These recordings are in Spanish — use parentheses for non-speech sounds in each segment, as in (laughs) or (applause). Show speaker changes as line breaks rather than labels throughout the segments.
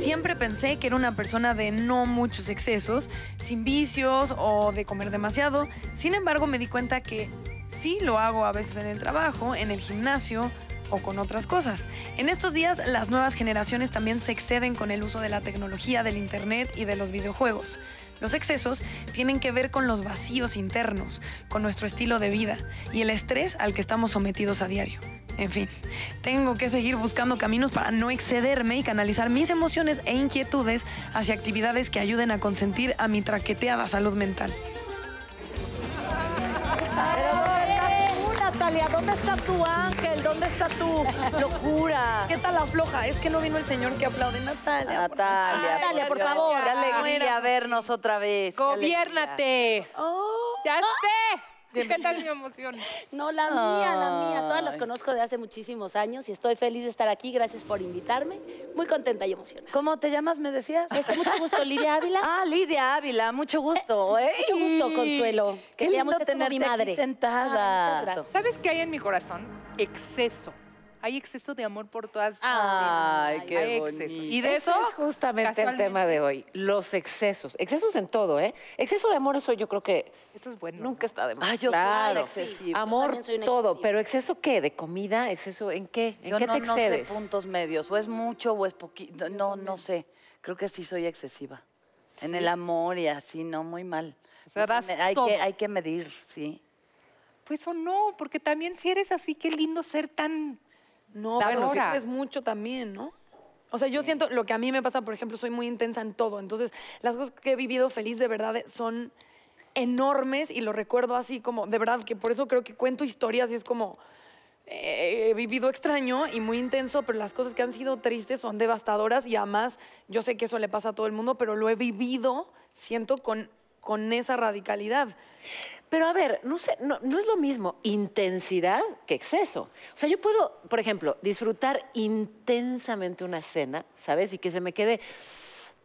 siempre pensé que era una persona de no muchos excesos, sin vicios o de comer demasiado. Sin embargo, me di cuenta que sí lo hago a veces en el trabajo, en el gimnasio o con otras cosas. En estos días, las nuevas generaciones también se exceden con el uso de la tecnología, del Internet y de los videojuegos. Los excesos tienen que ver con los vacíos internos, con nuestro estilo de vida y el estrés al que estamos sometidos a diario. En fin, tengo que seguir buscando caminos para no excederme y canalizar mis emociones e inquietudes hacia actividades que ayuden a consentir a mi traqueteada salud mental.
Natalia, ¿dónde está tu ángel? ¿Dónde está tu locura?
¿Qué tal la floja? Es que no vino el señor que aplaude. Natalia.
Natalia,
Natalia, por favor.
Qué alegría vernos otra vez. qué alegría.
Gobiérnate.
Oh,
Ya sé. ¿Qué tal mi emoción?
no, la mía, la mía. Todas las
Ay.
conozco de hace muchísimos años y estoy feliz de estar aquí. Gracias por invitarme. Muy contenta y emocionada.
¿Cómo te llamas, me decías?
Este, mucho gusto, Lidia Ávila.
Ah, Lidia Ávila, mucho gusto. ¡Ey!
mucho gusto, Consuelo.
Qué
Te llamo
lindo
usted como
tenerte
mi madre.
aquí sentada.
Ah, muchas gracias.
¿Sabes qué hay en mi corazón? Exceso. Hay exceso de amor por todas.
Ay,
Hay
qué
exceso.
bonito.
Y de eso,
es justamente el
casualmente.
tema de hoy, los excesos. Excesos en todo, ¿eh? Exceso de amor, eso yo creo que
eso es bueno.
nunca está de más.
Ah, yo
claro.
soy excesiva.
Amor,
también soy una
todo.
excesiva.
Pero exceso qué? ¿De comida? ¿Exceso en qué? ¿En
Yo
qué
no,
te
no sé
excedes?
puntos medios, o es mucho o es poquito, no, no sé. Creo que sí soy excesiva. En el amor y así, no, muy mal.
O sea,
No sé,
das
me- hay,
todo.
que, hay que medir, sí.
Pues o no, porque también si eres así, qué lindo ser tan...
No, pero sí
Dadora.
crees mucho también, ¿no? O sea, yo siento, lo que a mí me pasa, por ejemplo, soy muy intensa en todo. Entonces, las cosas que he vivido feliz de verdad eh, son enormes y lo recuerdo así como, de verdad, que por eso creo que cuento historias y es como, eh, he vivido extraño y muy intenso, pero las cosas que han sido tristes son devastadoras y además yo sé que eso le pasa a todo el mundo, pero lo he vivido, siento, con, con esa radicalidad.
Pero a ver, no, sé, no, no es lo mismo intensidad que exceso. O sea, yo puedo, por ejemplo, disfrutar intensamente una cena, ¿sabes? Y que se me quede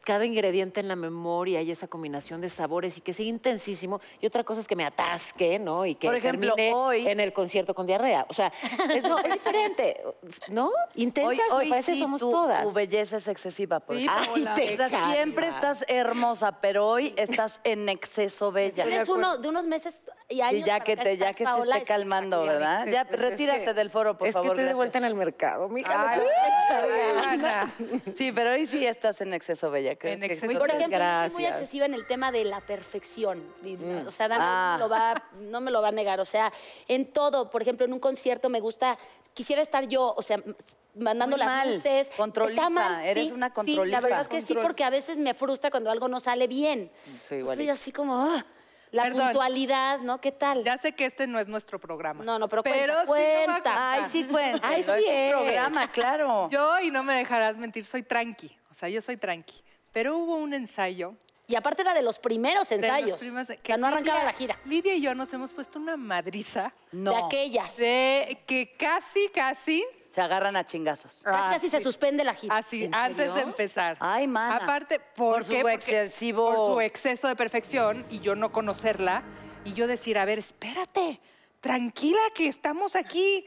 cada ingrediente en la memoria y esa combinación de sabores y que sea intensísimo. Y otra cosa es que me atasque, ¿no? Y que
Por ejemplo,
termine
hoy-
en el concierto con diarrea. O sea, es, no, es diferente, ¿no? Intensas, me parece,
sí
somos
tu,
todas.
tu belleza es excesiva, por
Sí,
ejemplo.
Ay,
Hola.
te
O sea,
calmas.
siempre estás hermosa, pero hoy estás en exceso bella.
Estoy
Tienes
de acuerdo.
uno de unos meses y años.
Y ya
para
que
acá
te, ya
estás,
que se
Paola,
esté calmando,
espectacular.
¿verdad? Ya
Pues es
retírate
que-
del foro, por
es
favor.
que estoy de
gracias.
vuelta en el mercado, mija.
Ay,
no
Ana.
Sí, pero hoy sí estás en exceso bella. creo
En
que-
exceso.
Por
Muchas
ejemplo, yo soy muy
gracias.
excesiva en el tema de la perfección. Y,
Mm.
O sea, Dana
Ah.
no, me lo va, no me lo va a negar. O sea, en todo, por ejemplo, en un concierto me gusta, quisiera estar yo, o sea, m- mandando
Muy
las
mal.
luces.
Controlifa,
Está mal,
eres
sí,
una
sí,
controlifa.
la verdad que sí,
Control.
porque a veces me frustra cuando algo no sale bien.
Soy
Entonces, Soy
igualita.
así como, ah, la
Perdón.
puntualidad, ¿no? ¿Qué tal?
Ya sé que este no es nuestro programa.
No, no, pero
Pero
cuenta,
sí lo va a
cuenta.
Ay, sí, cuenta.
Ay, sí
es
es.
un programa, claro.
Yo, y no me dejarás mentir, soy tranqui. O sea, yo soy tranqui. Pero hubo un ensayo
Y aparte era de los primeros
de los
ensayos.
primeros-
que no arrancaba la gira.
Lidia y yo nos hemos puesto una madriza
no.
De aquellas.
de que casi, casi,
Se agarran a chingazos.
Casi, casi se
así,
suspende la gira.
así,
¿En
antes de
serio?
empezar.
Ay, mana.
Aparte,
por
¿por,
su
qué? Porque-
excesivo.
por su exceso de perfección y yo no conocerla y yo decir, a ver, espérate, tranquila que estamos aquí.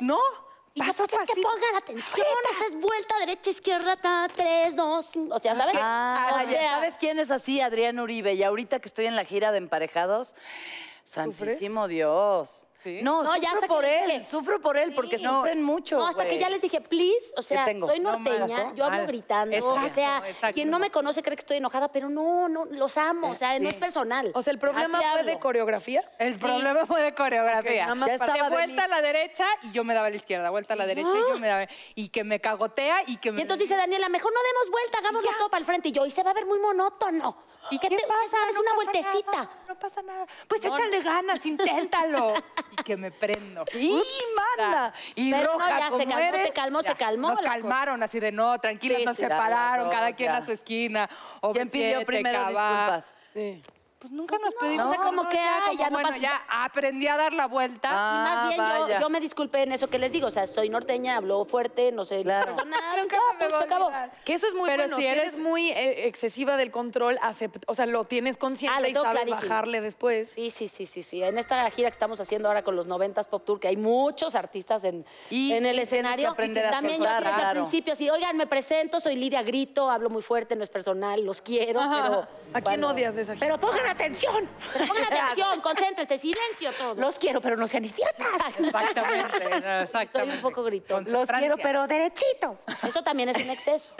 ¿No?
Y yo,
Paso a
pues, es que
pasito.
pongan atención, haces vuelta, derecha, izquierda, ta, tres, dos, cinco, o sea, ¿sabes?
Ah,
o
ya
sea,
¿sabes quién es así? Adrián Uribe. Y ahorita que estoy en la gira de emparejados, santísimo Dios.
¿Sí?
No,
No,
sufro
ya hasta que
por
le
él,
dije.
sufro por él, porque
Sí.
sufren mucho.
no, hasta que ya
güey.
les dije, please, o sea,
tengo?
soy
No,
norteña,
mala,
yo hablo
mala.
gritando, o
Ah, Exacto,
sea,
exacto.
quien no me conoce cree que estoy enojada, pero no, no, los amo, o sea, no es personal.
O sea, el problema
Así
fue
hablo.
de coreografía.
El problema fue de
Ok,
coreografía.
nada más
Ya
para-
estaba de
de vuelta
mí.
a la derecha y yo me daba a la izquierda, vuelta a la derecha y yo me daba. Y que me cagotea y que me.
Y entonces dice Daniela, mejor no demos vuelta, hagámoslo todo para el frente. Y yo, y se va a ver muy monótono.
¿Y
¿Qué
qué
te- qué
pasa?
sabes?
No
una
pasa
vueltecita.
nada, no pasa nada. Pues
No, no.
échale ganas, inténtalo. y que me prendo.
¡Y manda! Y
Pero no,
roja
ya
como
se calmó,
eres.
se calmó,
Ya,
se calmó.
Nos
la cosa.
calmaron así de no, tranquilas,
Sí,
nos
sí, ya,
separaron,
ya,
cada
ya.
quien a su esquina.
¿Quién pidió
OV7,
primero
Cabá.
disculpas?
Sí.
pues nunca nos
no,
pedimos.
o sea,
perdón,
como que,
ya,
ay, ya no
bueno,
pasa-
ya aprendí a dar la vuelta.
Ah,
y más bien
vaya.
yo, yo me disculpe en eso que les digo. O sea, soy norteña, hablo fuerte, no sé,
Claro.
personal,
Nunca
ya,
se me
punto,
va
se
a
acabó.
olvidar. Que eso es muy
Pero
bueno.
si
Si eres
eres-
muy eh, excesiva del control, acept- o sea, lo tienes consciente
Ah, lo
y
tengo
sabes
clarísimo.
bajarle después.
Sí, sí, sí, sí, sí. En esta gira que estamos haciendo ahora con los 90s Pop Tour, que hay muchos artistas en,
Y
en
sí tienes
el
que
escenario.
aprender a
También yo
soltar,
siento al
claro.
principio así, oigan, me presento, soy Lidia Grito, hablo muy fuerte, no es personal, los quiero,
Ajá.
pero...
¿A quién
bueno,
odias de esa gente?
Pero pongan atención.
Pero pongan atención, concéntrense, silencio todos.
Los quiero, pero no sean idiotas.
Exactamente, exactamente.
Soy un poco gritón.
Los
Concentrancia.
quiero, pero derechitos.
Eso también es un exceso.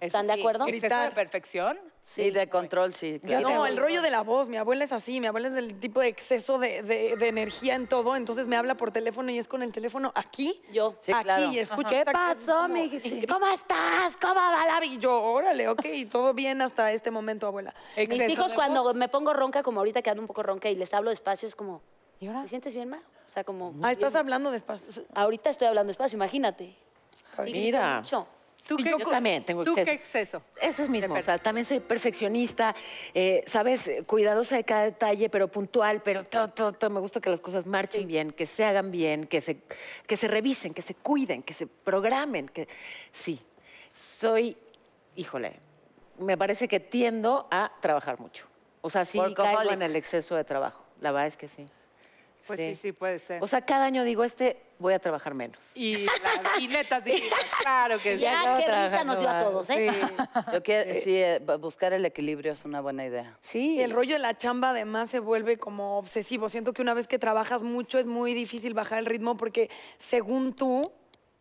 ¿Están de
Sí,
acuerdo?
¿exceso de
Gritar.
perfección?
Sí, de control, sí. claro.
No, el rollo de la voz. Mi abuela es así. Mi abuela es del tipo de exceso de, de- de energía en todo. Entonces me habla por teléfono y es con el teléfono aquí.
Yo.
Sí,
aquí
claro.
y escucho.
Ajá.
¿Qué pasó, mi ¿Cómo estás? ¿Cómo va la vida? Y yo, órale, ok. Y todo bien hasta este momento, abuela.
Mis
Exceso
hijos
de
cuando
voz.
me pongo ronca, como ahorita que ando un poco ronca y les hablo despacio, es como, ¿te sientes bien, ma? O sea, como...
Ah, estás
bien.
hablando despacio.
Ahorita estoy hablando despacio, imagínate. Sí, grito
Mira.
mucho.
¿Tú
Y
qué-
yo co- también tengo
¿Tú qué
exceso.
exceso?
Eso es mismo. O sea, también soy perfeccionista, eh, sabes, Eh, cuidadosa de cada detalle, pero puntual, pero to, to, to. me gusta que las cosas marchen bien, que se hagan bien, que se, que se revisen, que se cuiden, que se programen. Que... Sí, soy, híjole, me parece que tiendo a trabajar mucho. O sea, sí caigo
Workaholic.
en el exceso de trabajo. La verdad es que sí.
Pues sí, sí, puede ser.
O sea, cada año digo, este voy a trabajar menos.
y las y netas divinas, claro que sí.
Ya,
acabo
qué risa
trabajando
nos dio a
más,
todos, ¿eh?
(laughs)
Yo quiero, sí, eh, bu- buscar el equilibrio es una buena idea.
Sí.
Y el rollo de la chamba además se vuelve como obsesivo. Siento que una vez que trabajas mucho es muy difícil bajar el ritmo porque según tú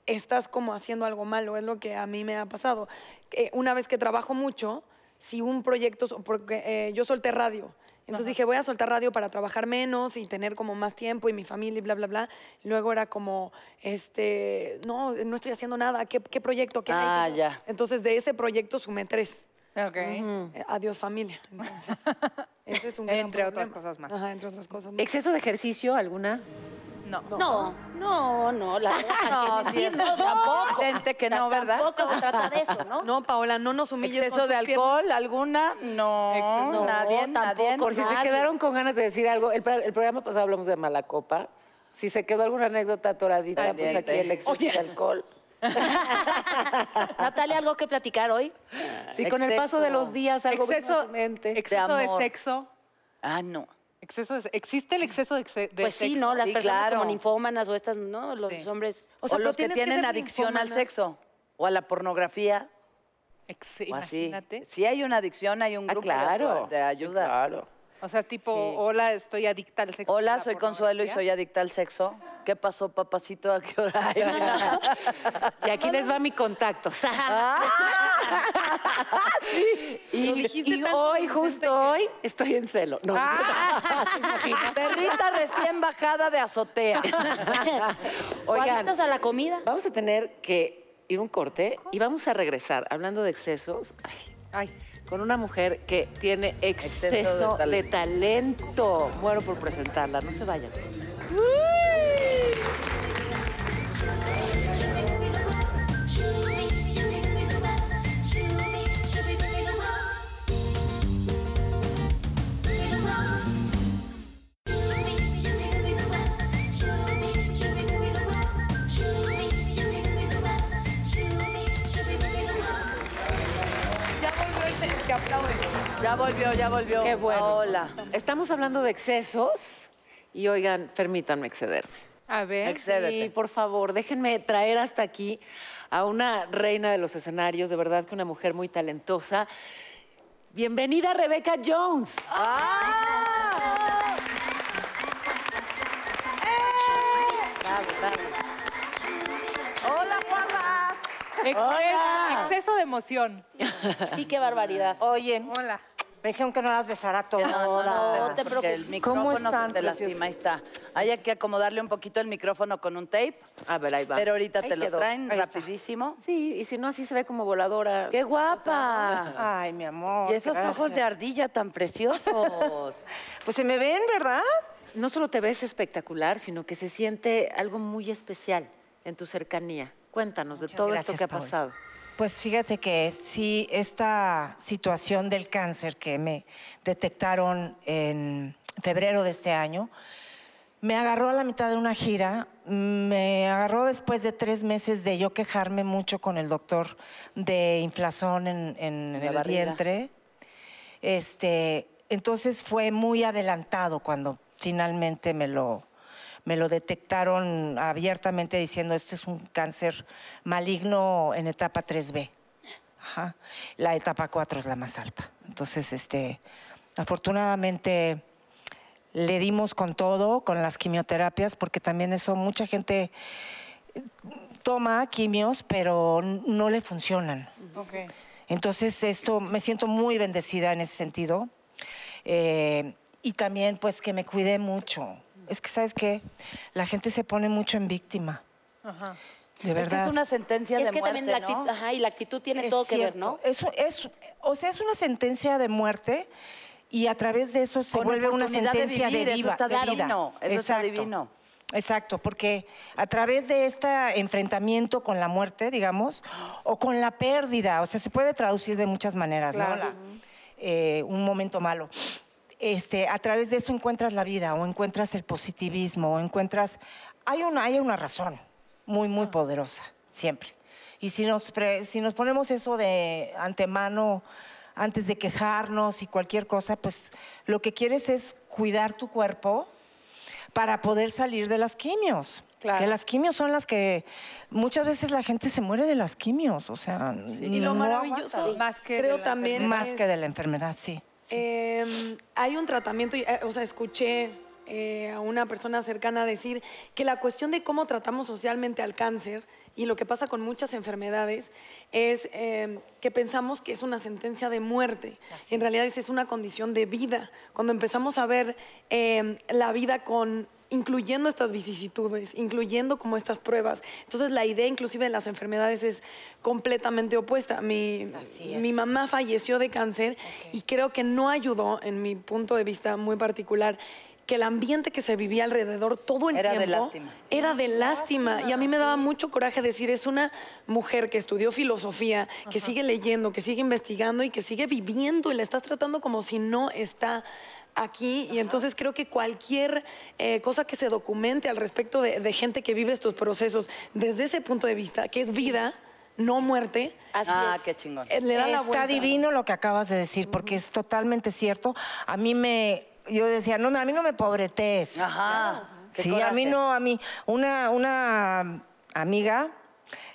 estás como haciendo algo malo, es lo que a mí me ha pasado. Eh, una vez que trabajo mucho, si un proyecto, so- porque eh, yo solté radio, entonces dije voy a soltar radio para trabajar menos y tener como más tiempo y mi familia y bla, bla, bla. Luego era como, este, no, no estoy haciendo nada, ¿qué, qué proyecto? ¿Qué hay?
Ah, ya.
Entonces de ese proyecto sumé tres.
Ok.
Ujú.
Eh, Adiós familia. Entonces, (laughs) ese es un gran
Entre otras
problema.
cosas más.
Ajá, entre otras cosas más.
¿Exceso de ejercicio alguna?
No.
No, no, no, la verdad.
(laughs)
No, sí, es
tampoco.
evidente que no, ¿verdad?
Tampoco se trata de eso, ¿no?
No, Paola, no nos humilles.
¿Exceso
con
de
tus piernas.
alcohol alguna? No,
Exceso.
nadie,
No,
nadie.
tampoco.
Por si se
Nadie.
quedaron con ganas de decir algo, el, pra- el programa pasado hablamos de mala copa. Si se quedó alguna anécdota atoradita, pues
Pendiente.
aquí el exceso de alcohol.
Natalia, algo que platicar hoy.
Si con el paso de los
Exceso.
días algo vino a
Exceso,
su mente.
exceso de,
amor.
sexo.
Ah, no.
Exceso de- ¿Existe el exceso de, exce- de
Pues sí,
sexo?
¿no? Las
Sí,
personas como
claro.
ninfómanas o estas, ¿no? Los
Sí.
hombres.
O,
sea, pero
los que
tienes que
tienen
ser
adicción al
ninfómana.
sexo o a la pornografía
Ex-
o así.
imagínate.
Si hay una adicción, hay un
Ah,
grupo de-
claro.
de ayuda.
Claro.
O sea, tipo,
Sí.
hola, estoy adicta al sexo.
Hola,
la
soy Consuelo y soy
pornografía.
adicta al sexo. ¿Qué pasó, papacito? ¿A qué hora era?
Y aquí les va mi (laughs) contacto. Ah. Y,
Lo dijiste
y
tan
hoy,
convincente
justo
que-
hoy, estoy en celo. No, Ah.
Perrita recién bajada de azotea.
(laughs) oigan,
Adictos a la comida.
vamos a tener que ir un corte y vamos a regresar hablando de excesos. ay,
Ay,
con una mujer que tiene exceso,
de
de, talento. Muero por presentarla, no se vayan.
Ya volvió el te- que aplaude.
Ya volvió, ya volvió.
Qué bueno.
Hola.
Estamos hablando de excesos y oigan, permítanme excederme.
a ver.
Ex- Excédete.
Y por favor, déjenme traer hasta aquí a una reina de los escenarios, de verdad que una mujer muy talentosa. Bienvenida Rebeca Jones.
Ah. Hola, guapas.
Exceso,
Hola.
exceso de emoción.
Sí, qué barbaridad.
Oye,
Hola.
me dijeron que no las besara
Que
todas.
No, no, no,
te
porque el
preocupes.
¿Cómo
micrófono
están,
se te lastima, ahí está. Hay que acomodarle un poquito el micrófono con un tape,
A ver, ahí va.
pero ahorita
Ahí
te lo
quedó.
traen
Ahí está.
rapidísimo.
Sí, y si no, así se ve como voladora.
(laughs)
¡Qué guapa!
Ay, mi amor.
Y esos
gracias.
ojos de ardilla tan preciosos.
Pues se me ven, ¿verdad?
(laughs) No solo te ves espectacular, sino que se siente algo muy especial en tu cercanía. Cuéntanos de todo esto
gracias,
que ha
Paola.
pasado.
Pues fíjate que sí, esta situación del cáncer que me detectaron en febrero de este año, me agarró a la mitad de una gira, me agarró después de tres meses de yo quejarme mucho con el doctor de inflazón en, en
la
el
barriga.
vientre. Este, entonces fue muy adelantado cuando finalmente me lo, me lo detectaron abiertamente diciendo este es un cáncer maligno en etapa 3B. Ajá. La etapa 4 es la más alta. Entonces, este, afortunadamente le dimos con todo, con las quimioterapias, porque también eso mucha gente eh, toma quimios, pero n- no le funcionan.
Ok.
Entonces, esto me siento muy bendecida en ese sentido. Eh, y también, pues, que me cuidé mucho. Es que, ¿sabes qué? La gente se pone mucho en víctima.
Ajá.
De
Es que
verdad.
es una sentencia
es
de
que
muerte,
también la
¿no?
actitud, ajá, y la actitud tiene
Es
todo que ver, ¿no?
cierto. Eso es, o sea, es una sentencia de muerte y a través de eso se
Con
vuelve una
oportunidad de
sentencia de,
vivir, eso
viva-
está
de vida.
divino, eso está divino.
Exacto, porque a través de este enfrentamiento con la muerte, digamos, o con la pérdida, o sea, se puede traducir de muchas maneras, ¿no? La- eh, un momento malo. Este, a través de eso encuentras la vida, o encuentras el positivismo, o encuentras. Hay una, hay una razón muy, muy poderosa, siempre. Y si nos, pre- si nos ponemos eso de antemano, antes de quejarnos y cualquier cosa, pues lo que quieres es cuidar tu cuerpo para poder salir de las quimios.
Claro.
Que las quimios son las que muchas veces la gente se muere de las quimios, o sea,
Y lo
no
maravilloso
Más que
Creo
de
aguanta.
la
también
más
es-
que de la enfermedad, sí. sí.
Em, hay un tratamiento, y, eh, o sea, escuché eh, a una persona cercana decir que la cuestión de cómo tratamos socialmente al cáncer y lo que pasa con muchas enfermedades es em, que pensamos que es una sentencia de muerte. en realidad es, es una condición de vida. Cuando empezamos a ver em, la vida con incluyendo estas vicisitudes, incluyendo como estas pruebas. Entonces la idea inclusive de las enfermedades es completamente opuesta. Mi,
Así
mi
es.
mamá falleció de cáncer y creo que no ayudó, en mi punto de vista muy particular, que el ambiente que se vivía alrededor todo el
Era de
tiempo
lástima.
era de lástima. Y a mí me daba mucho coraje decir, es una mujer que estudió filosofía, que sigue leyendo, que sigue investigando y que sigue viviendo y la estás tratando como si no está aquí. Y entonces creo que cualquier eh, cosa que se documente al respecto de, de gente que vive estos procesos desde ese punto de vista, que es vida, no muerte,
Así
ah,
es.
qué chingón.
eh, le da la vuelta.
Está divino lo que acabas de decir, porque es totalmente cierto. A mí me, yo decía, no, a mí no me pobretes.
Ajá. Ah, qué
Sí, a
coraje.
mí no, a mí. Una, una amiga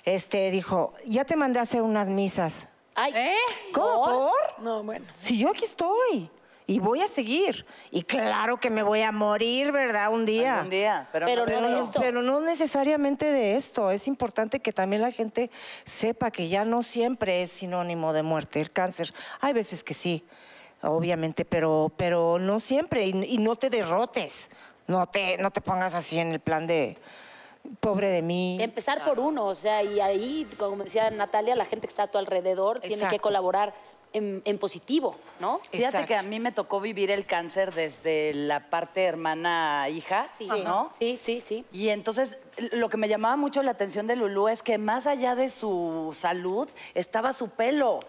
este, dijo, ya te mandé a hacer unas misas.
Ay,
¿Eh?
¿Cómo?
¿Por?
¿Por?
No, bueno.
Si yo aquí estoy y voy a seguir. Y claro que me voy a morir, ¿verdad? Un día.
Algún día, pero,
Pero
de
no
Pero
de
eso.
no,
esto.
pero no necesariamente de esto. Es importante que también la gente sepa que ya no siempre es sinónimo de muerte el cáncer. Hay veces que sí, obviamente, pero, pero no siempre. Y, y no te derrotes. No te, no te pongas así en el plan de pobre de mí.
empezar por uno, o sea, y ahí, como decía Natalia, la gente que está a tu alrededor tiene que
Exacto.
colaborar en, en positivo, ¿no?
Fíjate que a
Exacto.
mí me tocó vivir el cáncer desde la parte hermana-hija, ¿no?
Sí, sí, sí.
Y entonces lo que me llamaba mucho la atención de Lulú es que más allá de su salud estaba su pelo.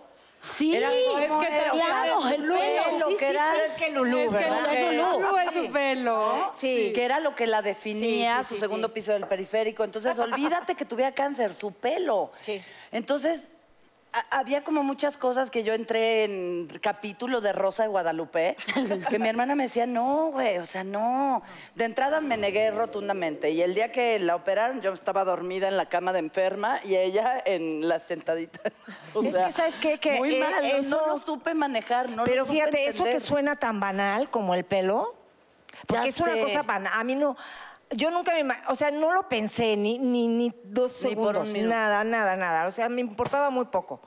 Sí,
Era-
es que
era,
claro,
o sea,
el
su
pelo, sí,
que
sí,
era,
sí.
Es que Lulú,
es que
¿verdad?
Lulú.
el
Lulú.
Lulú es su pelo.
Sí.
que era lo que la definía,
Sí, sí,
su
sí,
segundo
sí.
piso del
(laughs)
periférico. Entonces, olvídate que tuviera cáncer, su pelo.
Sí.
Entonces, a- había como muchas cosas que yo entré en capítulo de Rosa de
(laughs)
Guadalupe, que mi hermana me decía, no, güey, o sea, no. De entrada me negué rotundamente. Y el día que la operaron, yo estaba dormida en la cama de enferma y ella en las sentaditas. (laughs) O
Es
sea,
que, ¿sabes qué? Que,
muy
eh,
mal, no- no,
eso-
lo supe manejar, no lo
Pero
supe
fíjate, eso que
entender.
suena tan banal como el pelo, porque es una
sé.
cosa banal. A mí no. Yo nunca me. ima- O sea, no lo pensé ni, ni, ni dos
Ni por un
segundos,
minuto.
nada, nada, nada. O sea, me importaba muy poco.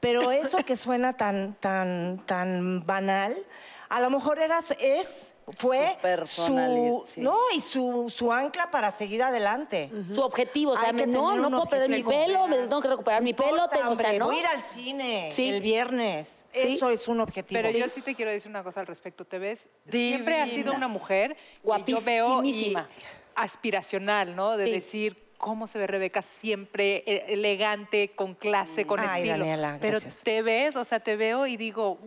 Pero eso que suena tan, tan, tan banal, a lo mejor era, su- es, fue
Su personalidad,
su,
sí.
no y su, su ancla para seguir adelante.
Su objetivo, o sea,
Hay que
me- no,
tener
no
un
puedo perder mi
objetivo.
pelo, me tengo que recuperar mi pelo,
Importa,
tengo, o sea,
hombre,
¿no?
Voy a ir al cine
Sí.
el viernes.
Sí.
Eso es un objetivo.
Pero yo sí te quiero decir una cosa al respecto. Te ves, siempre has sido
Divina.
una mujer que yo veo y
Guapísimísima.
aspiracional, ¿no? De
Sí.
decir, cómo se ve Rebeca siempre eh, elegante, con clase, con
Ay,
estilo.
Daniela,
Pero
gracias.
te ves, o sea, te veo y digo,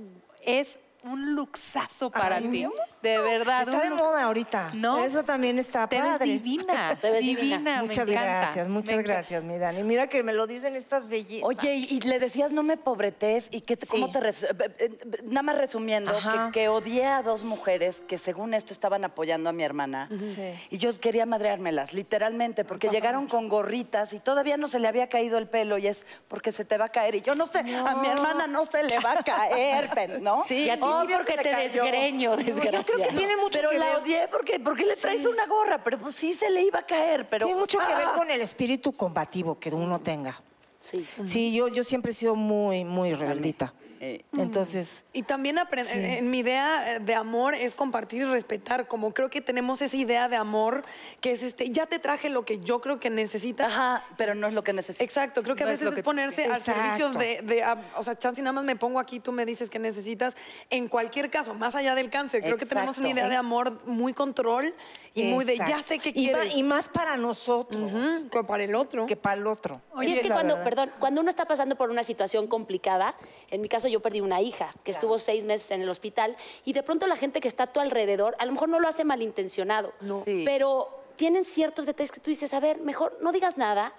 es un luxazo para
Ay,
ti.
no.
De verdad.
Está
un
de
look-
moda ahorita.
No.
Eso también está
Te ves
padre. (laughs)
divina,
Te ves divina.
divina. me
Muchas
encanta,
gracias,
me
muchas
encanta.
gracias, mi Dani. Mira que me lo dicen estas bellezas.
Oye, y, y le decías no me pobretes y que te- cómo
Sí.
te res- eh, eh, eh, nada más resumiendo
Ajá.
que, que odié a dos mujeres que según esto estaban apoyando a mi hermana
Sí.
y yo quería madreármelas literalmente porque llegaron con gorritas y todavía no se le había caído el pelo y es porque se te va a caer y yo no sé a mi hermana no se le va a caer, pen- ¿no?
(laughs) Sí. Y a ti,
Oh,
Silvia,
porque
se le
te
cayó.
desgreño,
Yo creo que tiene mucho
Pero
que
la
ver.
odié porque porque le traes una gorra, pero pues sí se le iba a caer, pero
Tiene mucho que ver
¡Ah!
con el espíritu combativo que uno tenga.
Sí.
Sí, yo, yo siempre he sido muy, muy rebeldita.
Eh,
mm.
Entonces,
Y también apren-
Sí.
en, en mi idea eh, de amor es compartir y respetar, como creo que tenemos esa idea de amor que es este, ya te traje lo que yo creo que necesitas.
Ajá, pero no es lo que necesitas.
Exacto, creo que
No
a
es
veces
lo
es,
que-
ponerse al servicio
Exacto.
de, de, ah, o sea, chance y nada más me pongo aquí, tú me dices que necesitas, en cualquier caso, más allá del cáncer, creo que tenemos una
Exacto.
idea de amor muy control y muy de ya
exacto.
sé que
y, ma-
quieres,
y más para nosotros
Ujú, que para el otro.
que para el otro.
Y es que
La
cuando,
verdad.
perdón, cuando uno está pasando por una situación complicada, en mi caso yo perdí una hija que estuvo seis meses en el hospital y de pronto la gente que está a tu alrededor, a lo mejor no lo hace malintencionado,
No.
Sí.
pero tienen ciertos detalles que tú dices, a ver, mejor no digas nada,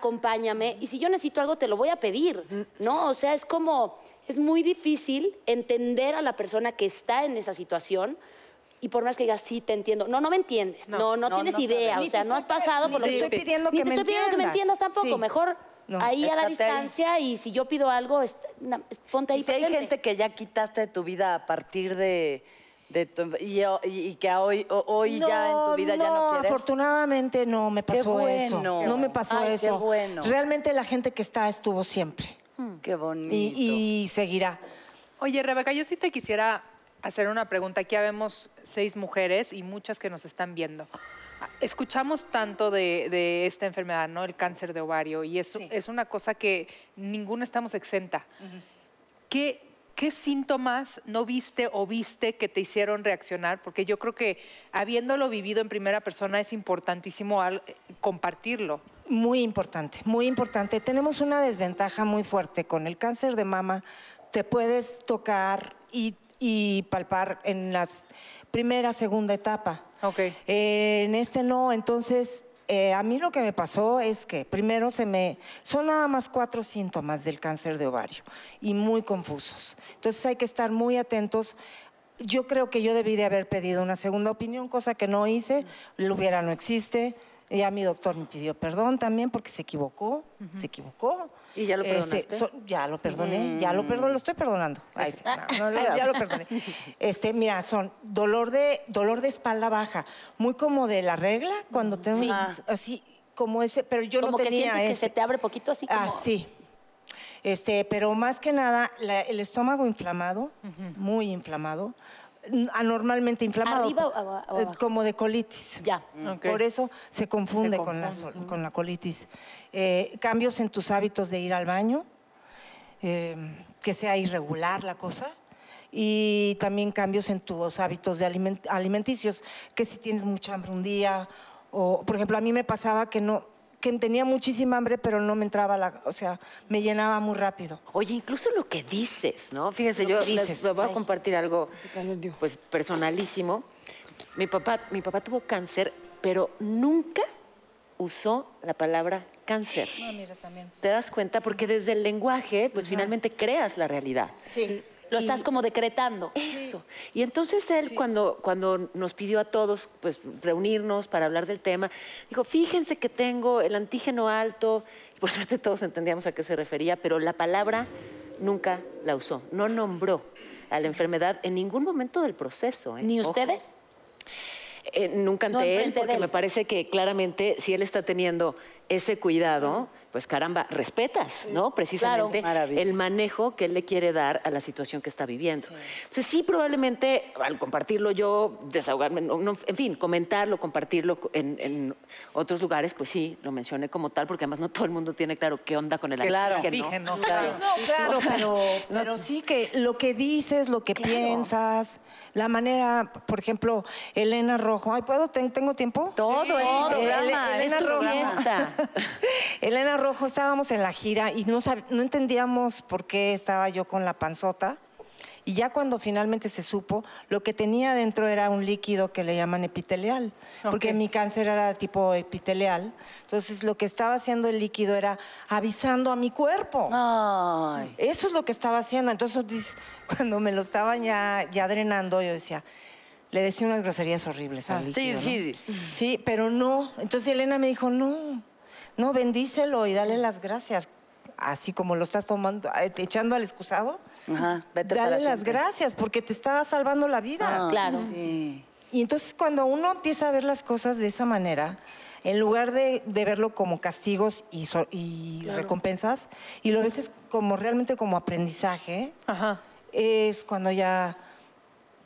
acompáñame y si yo necesito algo te lo voy a pedir, ¿no? O sea, es como, es muy difícil entender a la persona que está en esa situación. Y por más que digas, sí, te entiendo. No, no me entiendes.
No,
No, no,
no,
tienes
no
idea.
sabes.
O sea,
Ni te
no has
estoy-
pasado
ni
por lo
te
que yo
estoy
te-
pidiendo
Ni
que
te
me
estoy pidiendo que me
entiendas.
entiendas tampoco.
Sí.
Mejor
No,
ahí a la
estate ahí.
distancia y si yo pido algo, est- na- ponte ahí.
Y si hay
presente.
gente que ya quitaste de tu vida a partir de, de tu- y, y- y que hoy, o- hoy ya en tu vida ya no quieres.
afortunadamente no me pasó eso.
bueno.
No me pasó
Ay, qué
eso.
bueno.
Realmente la gente que está estuvo siempre
Qué bonito.
y, y seguirá.
Oye, Rebeca, yo sí te quisiera hacer una pregunta. Aquí habemos seis mujeres y muchas que nos están viendo. Ah, Escuchamos tanto de, de esta enfermedad, ¿no? El cáncer de ovario, y eso
Sí.
es una cosa que ninguna estamos exenta. ¿Qué, qué síntomas no viste o viste que te hicieron reaccionar? Porque yo creo que habiéndolo vivido en primera persona es importantísimo al- compartirlo.
Muy importante, muy importante. Tenemos una desventaja muy fuerte con el cáncer de mama. Te puedes tocar y, y palpar en la primera, segunda etapa.
Ok.
Eh, en este no, entonces eh, a mí lo que me pasó es que primero se me... Son nada más cuatro síntomas del cáncer de ovario y muy confusos. Entonces hay que estar muy atentos. Yo creo que yo debí de haber pedido una segunda opinión, cosa que no hice, lo hubiera no existe. Ya mi doctor me pidió perdón también porque se equivocó, se equivocó. Este,
¿Y ya lo perdonaste?
ya lo
Mm.
perdoné, ya lo perdoné, lo estoy
(laughs)
perdonando. Ay, sí, no, no, lo- ya lo perdoné. Este, mira, son dolor de, dolor de espalda baja, muy como de la regla, cuando tengo
Sí.
un- Ah. así, como ese, pero yo
como
no
que
tenía
sientes que
ese.
se te abre poquito así como...
Así. Este, pero más que nada, la- el estómago inflamado, muy inflamado, n- anormalmente inflamado.
¿Arriba o
co-
aba- o
eh,
abajo?
Como de colitis.
Ya.
Ok.
Por eso Mm, se confunde, con, la, sol- con la colitis. Eh, cambios en tus hábitos de ir al baño, eh, que sea irregular la cosa, y también cambios en tus hábitos de aliment- alimenticios, que si tienes mucha hambre un día, o por ejemplo, a mí me pasaba que no que tenía muchísima hambre, pero no me entraba la, o sea, me llenaba muy rápido.
Oye, incluso lo que dices, ¿no? Fíjense,
Lo
yo
que
les
dices.
les voy a
Ay.
compartir algo pues personalísimo. Mi papá, mi papá tuvo cáncer, pero nunca usó la palabra cáncer.
No, Ah, mira también.
¿Te das cuenta? Porque desde el lenguaje, pues finalmente creas la realidad.
Sí.
Lo estás como decretando.
Eso. Y entonces él, cuando, cuando nos pidió a todos pues, reunirnos para hablar del tema, dijo, fíjense que tengo el antígeno alto. Por (laughs) suerte todos entendíamos a qué se refería, pero la palabra nunca la usó. No nombró a la enfermedad en ningún momento del proceso. ¿eh?
¿Ni
Ojo.
ustedes?
Eh, nunca ante
No,
él,
enfrente de
porque
él.
me parece que claramente si él está teniendo ese cuidado, pues caramba, respetas, ¿no? Precisamente
maravilla.
el manejo que él le quiere dar a la situación que está viviendo. Entonces sí, probablemente al compartirlo yo, desahogarme, no- no, en fin, comentarlo, compartirlo co- en, en otros lugares, pues sí, lo mencioné como tal, porque además no todo el mundo tiene claro qué onda con el
Claro,
alienígena,
dije, no, claro.
No, claro, pero, pero sí que lo que dices, lo que piensas, la manera, por ejemplo, Elena Rojo, ay, ¿puedo? Ten- ¿Tengo tiempo?
Todo
Sí,
es
todo,
tu programa,
Ele-
es
Elena
tu
Rojo.
fiesta.
(laughs) Elena Rojo, estábamos en la gira y no, sab- no entendíamos por qué estaba yo con la panzota. Y ya cuando finalmente se supo, lo que tenía dentro era un líquido que le llaman epitelial, porque
Ok.
mi cáncer era tipo epitelial. Entonces lo que estaba haciendo el líquido era avisando a mi cuerpo.
Ah,
Ay.
Eso es lo que estaba haciendo. Entonces, dis- (laughs) cuando me lo estaban ya, ya drenando, yo decía, le decía unas groserías horribles al líquido, ¿no?
Ah, sí,
Sí, pero no. Entonces Elena me dijo, no, no, bendícelo y dale las gracias. Así como lo estás tomando, eh, te echando al excusado,
Ajá, vete para
dale las
siempre.
gracias porque te está salvando la vida.
Ah,
Claro.
sí.
Y entonces cuando uno empieza a ver las cosas de esa manera, en lugar de, de verlo como castigos y, so- y recompensas, y lo ves es como realmente como aprendizaje,
Ajá.
es cuando ya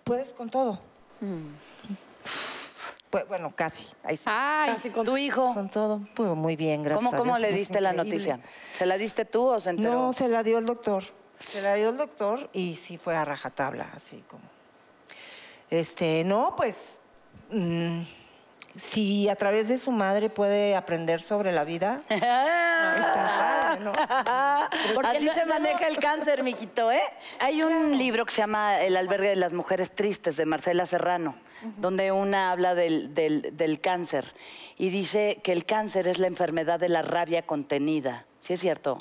puedes con todo.
Mm.
Pues, bueno, casi. Ahí sí.
Ay,
¿Tu hijo?
Con todo, pudo muy bien, gracias.
Ah. ¿Cómo,
a
cómo
Dios,
le
pues,
diste la
increíble.
noticia? ¿Se la diste tú o se enteró? (laughs)
No, se la dio el doctor. Se la dio el doctor y sí fue a rajatabla, así como. Este, no, pues. mm, si a través de su madre puede aprender sobre la vida, está padre, ¿no?
Porque
Así
no-
se
luego-
maneja el cáncer, mijito, ¿eh? Hay un libro que se llama El albergue de las mujeres tristes, de Marcela Serrano, donde una habla del, del- del cáncer y dice que el cáncer es la enfermedad de la rabia contenida. ¿Sí es cierto?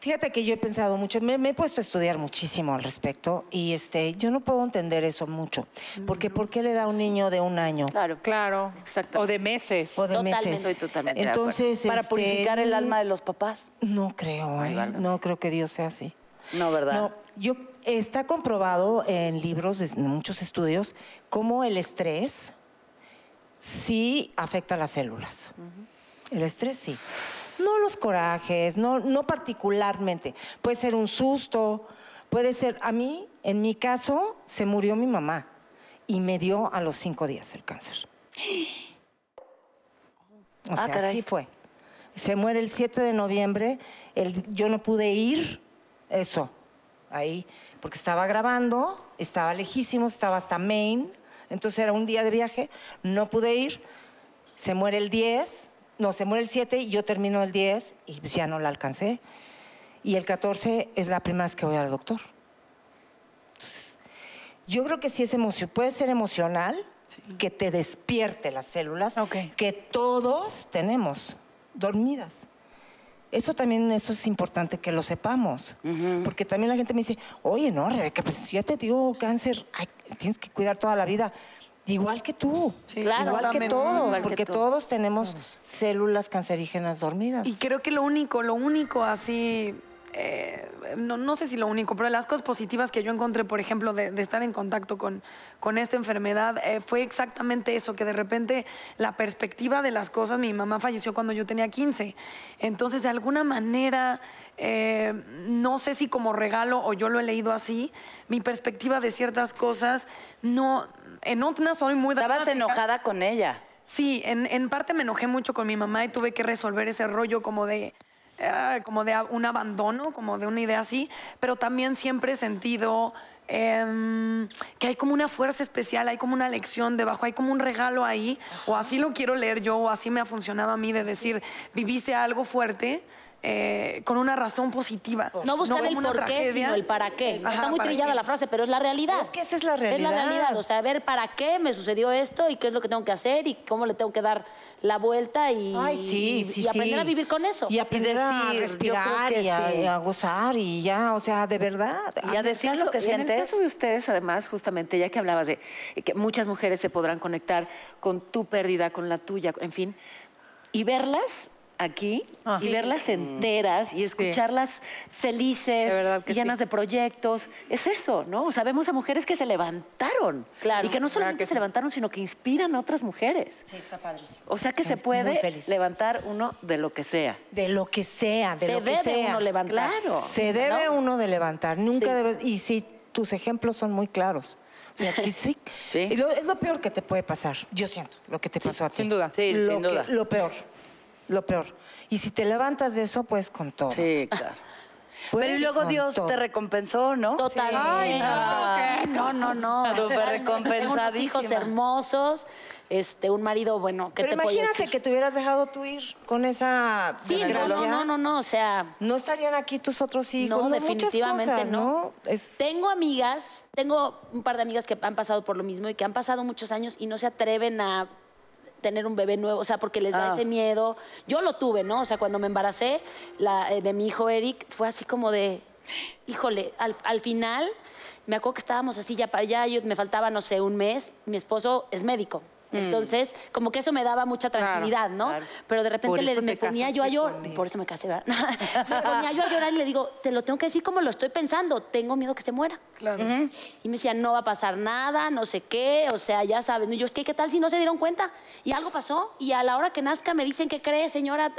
Fíjate que yo he pensado mucho, me, me he puesto a estudiar muchísimo al respecto y este, yo no puedo entender eso mucho. Porque ¿por qué le da a un niño de un año
Claro,
claro.
Exactamente.
O de meses.
o de
Totalmente,
meses?
estoy totalmente de acuerdo.
Entonces,
Para
este,
purificar el alma de los papás.
No creo, ¿eh? no creo que Dios sea así.
No, ¿verdad?
No, yo está comprobado en libros, en muchos estudios, cómo el estrés sí afecta a las células. El estrés sí. No los corajes, no, no particularmente. Puede ser un susto, puede ser. A mí, en mi caso, se murió mi mamá y me dio a los cinco días el cáncer. (gasps) O sea,
Ah, caray.
así fue. Se muere el 7 de noviembre. el- yo no pude ir, eso, ahí, porque estaba grabando, estaba lejísimos, estaba hasta Maine. Entonces era un día de viaje, no pude ir. Se muere el 10, no, se muere el 7 y yo termino el 10 y pues ya no la alcancé. Y el 14 es la primera vez que voy al doctor. Entonces, yo creo que sí es emoción, puede ser emocional, que te despierte las células,
Ok.
que todos tenemos dormidas. Eso también eso es importante que lo sepamos. Porque también la gente me dice, oye, no, Rebeca, pues si ya te dio cáncer, ay, tienes que cuidar toda la vida. Igual que tú.
Claro,
igual que
totalmente.
todos,
Igual que
porque
tú.
todos tenemos células cancerígenas dormidas.
Y creo que lo único, lo único así, eh, no, no sé si lo único, pero las cosas positivas que yo encontré, por ejemplo, de, de estar en contacto con, con esta enfermedad, eh, fue exactamente eso, que de repente la perspectiva de las cosas, mi mamá falleció cuando yo tenía 15, entonces de alguna manera... eh, no sé si como regalo o yo lo he leído así, mi perspectiva de ciertas cosas, no, en otras soy muy...
Estabas
dramática.
enojada con ella.
Sí, en, en parte me enojé mucho con mi mamá y tuve que resolver ese rollo como de, ah, como de a- un abandono, como de una idea así, pero también siempre he sentido em, que hay como una fuerza especial, hay como una lección debajo, hay como un regalo ahí, o así lo quiero leer yo, o así me ha funcionado a mí de decir, viviste algo fuerte. eh, con una razón positiva.
No buscar
como
el
una
por qué,
tragedia.
sino el para qué.
Ajá,
Está muy
¿para
trillada
qué?
la frase, pero es la realidad.
Es que esa es la
Es la
realidad.
realidad, o sea, ver para qué me sucedió esto y qué es lo que tengo que hacer y cómo le tengo que dar la vuelta y,
Ay, sí,
y-
sí,
y aprender
sí.
a vivir con eso.
Y aprender a
decir, yo
respirar
creo que
y a,
sí.
y a gozar y ya, o sea, de verdad.
Y a decir lo que
y Ah, En el
sientes.
caso de ustedes, además, justamente, ya que hablabas de que muchas mujeres se podrán conectar con tu pérdida, con la tuya, en fin, y verlas aquí
Ah.
y
Sí.
verlas enteras y escucharlas felices,
De verdad que
y llenas
sí.
de proyectos. Es eso, ¿no? O sea, vemos a mujeres que se levantaron.
Claro,
Y que no solamente
que
se
sí.
levantaron, sino que inspiran a otras mujeres.
Sí, está padrísimo.
O sea que se
Es muy
puede
feliz.
levantar uno de lo que sea.
De lo que sea, de
Se
lo que
debe
sea.
uno levantar.
Claro.
Se debe
¿no?
uno de levantar, nunca
Sí.
debes, y sí, tus ejemplos son muy claros. O sea, sí, sí.
Sí.
Y lo- es lo peor que te puede pasar, yo siento, lo que te pasó a ti.
sin duda.
Sí,
lo
sin
que-
duda.
Lo peor, lo peor. Y si te levantas de eso, pues con todo.
Sí, claro.
Puedes
Pero y luego
con
Dios
todo.
te recompensó, ¿no?
Totalmente.
Ay,
Ay, no, no, no.
Súper
Tengo unos hijos
recompensadísima.
hermosos, este, un marido, bueno, ¿qué
Pero
te puedo
imagínate
decir?
que te hubieras dejado tú ir con esa
Sí, no,
desgracia.
no, no, no, no, o sea,
No estarían aquí tus otros hijos.
No,
No,
definitivamente
muchas cosas,
no.
¿no? Es-
tengo amigas, tengo un par de amigas que han pasado por lo mismo y que han pasado muchos años y no se atreven a tener un bebé nuevo, o sea, porque les da
Ah.
ese miedo. Yo lo tuve, ¿no? O sea, cuando me embaracé la, eh, de mi hijo Eric, fue así como de, híjole, al, al final, me acuerdo que estábamos así ya para allá, yo, me faltaba, no sé, un mes, mi esposo es médico. Entonces, como que eso me daba mucha
Claro,
tranquilidad, ¿no?
claro.
Pero de
Por
repente le-
eso
me
te
ponía yo a
casaste
llorar,
con él.
por eso me casé, ¿verdad? (laughs) me ponía yo a llorar y le digo, te lo tengo que decir como lo estoy pensando, tengo miedo que se muera.
Ujú.
Y me decían, no va a pasar nada, no sé qué, o sea, ya sabes. Y yo, es que, ¿qué tal si no se dieron cuenta? Y algo pasó, y a la hora que nazca me dicen, ¿qué cree, señora?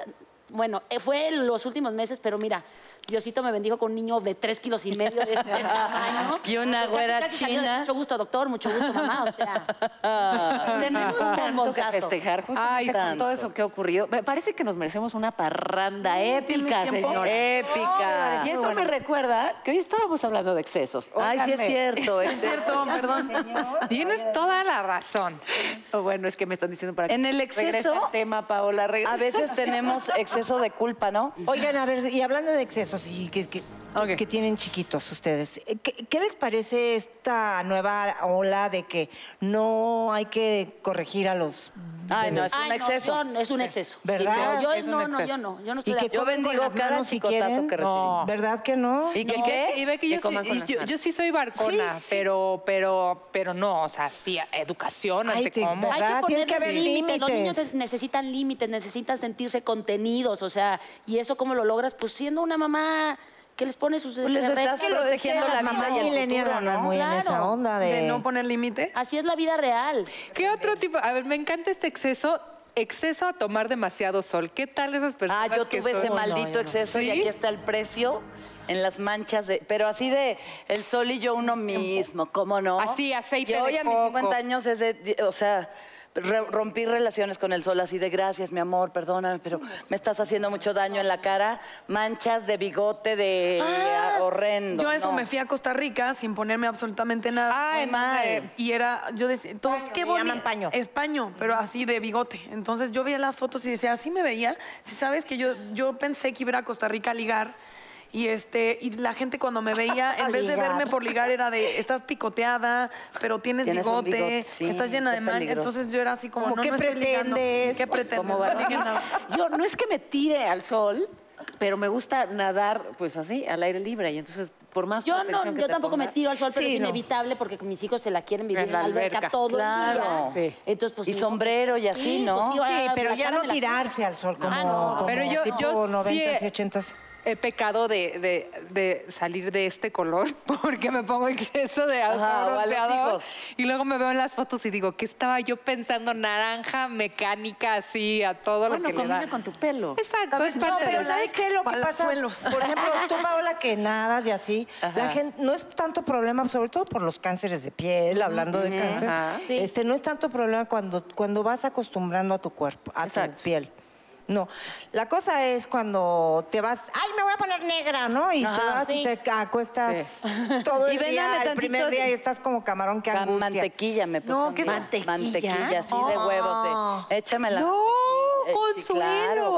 Bueno, eh, fue los últimos meses, pero mira, Diosito me bendijo con un niño de tres kilos y medio de
(laughs)
este tamaño.
Y una
Casi,
güera
casi salió de,
china.
Mucho gusto, doctor, mucho gusto, mamá, o
(laughs)
sea. tenemos un
tanto que
bombazo.
festejar justamente
Ay,
con
tanto.
todo eso que ha ocurrido. Me parece que nos merecemos una parranda épica, señora.
Eh, Épica.
Y eso
Muy bueno.
me recuerda que hoy estábamos hablando de excesos.
Ay, sí es
Óiganme.
cierto. es
Es (laughs) cierto, perdón. Tienes toda la razón.
Oh, bueno, es que me están diciendo para
En el
Regresa
exceso,
al tema, Paola, regresa.
a veces tenemos exceso de culpa, ¿no?
Oigan, a ver, y hablando de excesos y que, que-
Ok.
que tienen chiquitos ustedes, eh, ¿qué, qué les parece esta nueva ola de que no hay que corregir a los...
Ay, no, es
Ay,
un
no,
exceso.
yo no, es un exceso.
¿Verdad?
Sí, yo,
Es un
no, no,
exceso.
yo no, yo no
Y
estoy de
que
acuerdo.
Yo
comen
bendigo
con las
cada
manos si
chicotazo
quieren?
que recibí.
No.
¿Verdad que no?
¿Y que
No,
qué?
Y ve que yo,
coman
soy-
con
y
las
yo,
manos.
yo sí soy barcona,
Sí, sí.
pero, pero, pero no, o sea, sí, educación,
Ay,
ante
te-
cómo.
¿verdad?
Hay que
Ah, Tiene
poner
que haber
límites. Los niños
límites.
ne- necesitan límites, necesitan sentirse contenidos, o sea, y eso cómo lo logras, pues siendo una mamá que les pone sus
Pues les
este,
estás
reglas.
protegiendo protegiendo la
las
vida
mamás
y el
millennial
futuro,
andan
¿no?
muy en esa
Claro.
onda de...
De no poner límite.
Así es la vida real.
¿Qué otro tipo? A ver, me encanta este exceso, exceso a tomar demasiado sol. ¿Qué tal esas
Ah,
personas
yo
que
tuve
son-
ese
no,
maldito
yo no.
exceso y
¿Sí?
aquí está el precio en las manchas de. Pero así de el sol y yo uno mismo, ¿cómo no?
Así, aceite
Yo
de
hoy a mis
coco.
50 años es de. O sea. re- Rompí relaciones con el sol así de gracias, mi amor, perdóname, pero me estás haciendo mucho daño en la cara. Manchas de bigote de ah, horrendo.
Yo a eso
no.
me fui a Costa Rica sin ponerme absolutamente nada.
Ah,
Muy
en
mal.
donde-
Y era, yo decía, todos,
Paño,
qué
le llaman
bonito.
paño.
Es paño, pero así de bigote. Entonces yo veía las fotos y decía, así me veía. Si sabes que yo, yo pensé que iba a ir a Costa Rica a ligar. Y, este, y la gente cuando me
(laughs)
veía,
A
en vez de
ligar.
verme por ligar, era de, estás picoteada, pero tienes,
Tienes un
bigote,
bigote, sí,
estás llena de
es
mancha.
peligroso.
Entonces yo era así como,
Como,
no,
¿qué
no estoy ligando.
pretendes?
¿Qué pretendes? (laughs)
(laughs) ¿Cómo va?
No ligué nada.
Yo no es que me tire al sol, pero me gusta nadar, pues así, al aire libre. Y entonces, por más
Yo
protección
no,
que
yo
te
tampoco me
pongas-
tiro al sol, pero
Sí,
es
no.
inevitable porque mis hijos se la quieren vivir
En
en
la
la alberca,
alberca.
todo
Claro.
el día.
Sí.
Entonces, pues,
Y
sí, pues,
sombrero y así, ¿no?
ahora
Sí, pero
la
ya
cara
no
me la-
tirarse al sol como,
Ah, no.
como
Pero yo-
tipo
yo sí-
90s y 80s.
He pecado de, de- de salir de este color (laughs) porque me pongo exceso de
Ajá, o a los
autobronceador.
hijos.
Y luego me veo en las fotos y digo, ¿qué estaba yo pensando? Naranja, mecánica, así, a todo lo
Bueno,
que le da.
combina con tu pelo.
Exacto, es
No,
parte
pero
de...
¿sabes qué es lo que pasa?
Palazuelos.
Por ejemplo, tú, Paola, que nadas y así, la gente no es tanto problema, sobre todo por los cánceres de piel, hablando de cáncer,
ajá.
Sí.
este, no es tanto problema cuando, cuando vas acostumbrando a tu cuerpo, a
Exacto.
tu piel. No, la cosa es cuando te vas, ay, me voy a poner negra, ¿no? Y te vas y
Sí.
te acuestas todo
(laughs) Y
el
ven, dame
día, el
tantito
primer día
de-
y estás como camarón que
Ca-
angustia.
Mantequilla me puso.
No,
un-
¿qué es-
mantequilla. así de
No.
huevos. De, échamela.
No,
Eh, Sí,
Consuelo,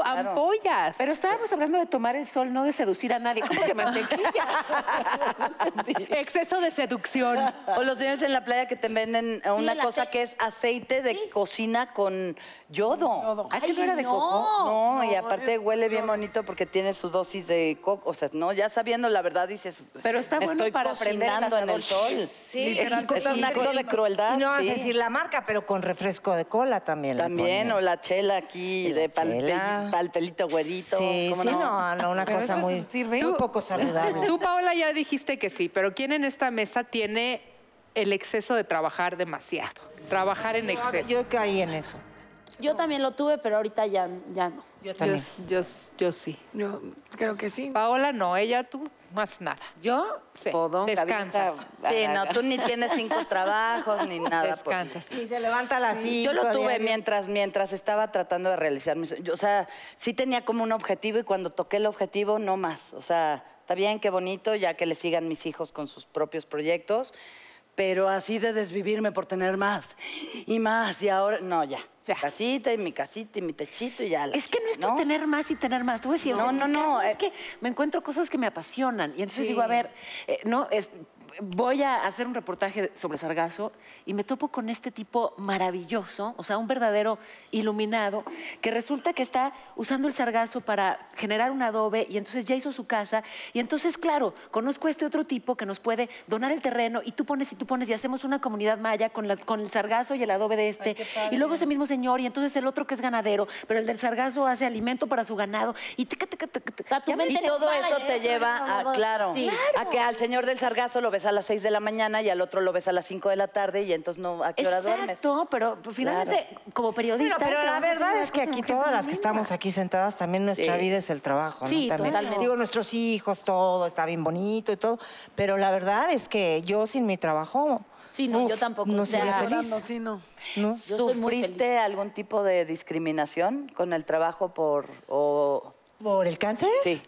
claro, claro.
ampollas.
Pero estábamos hablando de tomar el sol, no de seducir a nadie. ¿Cómo que mantequilla?
Exceso de seducción.
O los señores en la playa que te venden eh, una
el
cosa
aceite.
que es aceite de
Sí.
cocina con yodo.
Yodo.
¿Ah, que
Ay,
no era de coco?
no.
No, y
no,
aparte
es
huele bien
yodo.
bonito porque tiene su dosis de coco. O sea, no, ya sabiendo la verdad dices.
Pero está
"Me
bueno
estoy
para aprender el
cocinando en el
asador".
sol.
Sí,
es,
y
es un
con-
acto
y-
de crueldad.
Y no vas
sí.
a decir la marca, pero con refresco de cola también. le
También,
ponían.
o la chela aquí. así, de pal,
chela.
pe- pal pelito güerito.
Sí,
¿cómo
sí,
no?
no, no, (laughs) una
Pero
cosa
eso
muy,
sirve.
muy
Tú-
poco saludable.
Tú, Paola, ya dijiste que sí, pero ¿quién en esta mesa tiene el exceso de trabajar demasiado? Trabajar en exceso.
Yo caí en eso.
Yo también lo tuve, pero ahorita ya, ya no.
Yo
Yo,
también.
yo- yo sí.
Yo creo que
(laughs)
sí.
Paola, no, ella tú, más nada.
Yo,
Sí,
podonga,
descansas.
vieja,
Sí, no,
barraga.
tú ni tienes cinco trabajos ni nada. pues. por-
Descansas.
Y se levanta a las
Sí,
cinco.
yo lo tuve
diario.
mientras, mientras estaba tratando de realizar mis... yo, o sea, sí tenía como un objetivo y cuando toqué el objetivo, no más. O sea, está bien, qué bonito, ya que le sigan mis hijos con sus propios proyectos, pero así de desvivirme por tener más y más y ahora... No, ya.
Ya.
Mi casita y mi casita y mi techito y ya. la
Es que no es por
chingada,
tener más y tener más. Tú decías,
No,
en mi
no, no,
caso Es
eh.
que me encuentro cosas que me apasionan. Y entonces
Sí.
digo, a ver, eh, no, es, voy a hacer un reportaje sobre Sargazo y me topo con este tipo maravilloso, o sea, un verdadero iluminado, que resulta que está usando el sargazo para generar un adobe y entonces ya hizo su casa. Y entonces, claro, conozco a este otro tipo que nos puede donar el terreno y tú pones y tú pones y hacemos una comunidad maya con, la- con el sargazo y el adobe de este. y luego ese mismo señor y entonces el otro que es ganadero, pero el del sargazo hace alimento para su ganado. Y tica, tica, tica, tica.
O sea, tu
Ya me-
mente
Y
le
todo
vale,
eso te
¿eh?
lleva a, claro,
Sí.
a que al señor del sargazo lo ves a las 6 de la mañana y al otro lo ves a las 5 de la tarde y entonces no, ¿a qué hora duermes?
Exacto, pero pues, finalmente, como
Bueno,
periodista...
pero la
te vas a
verdad
encontrar
es que
con
aquí
gente
todas las que
tremenda.
estamos aquí sentadas, también nuestra
Sí.
vida es el trabajo, ¿no?
Sí,
También.
totalmente.
Digo, nuestros hijos, todo está bien bonito y todo, pero la verdad es que yo sin mi trabajo,
Sí, no,
Uf,
yo tampoco.
no
o sea,
sería feliz.
Llorando, sí, no.
¿no?
Yo soy muy feliz.
¿Sufriste algún tipo de discriminación con el trabajo por o
¿Por el cáncer?
sí?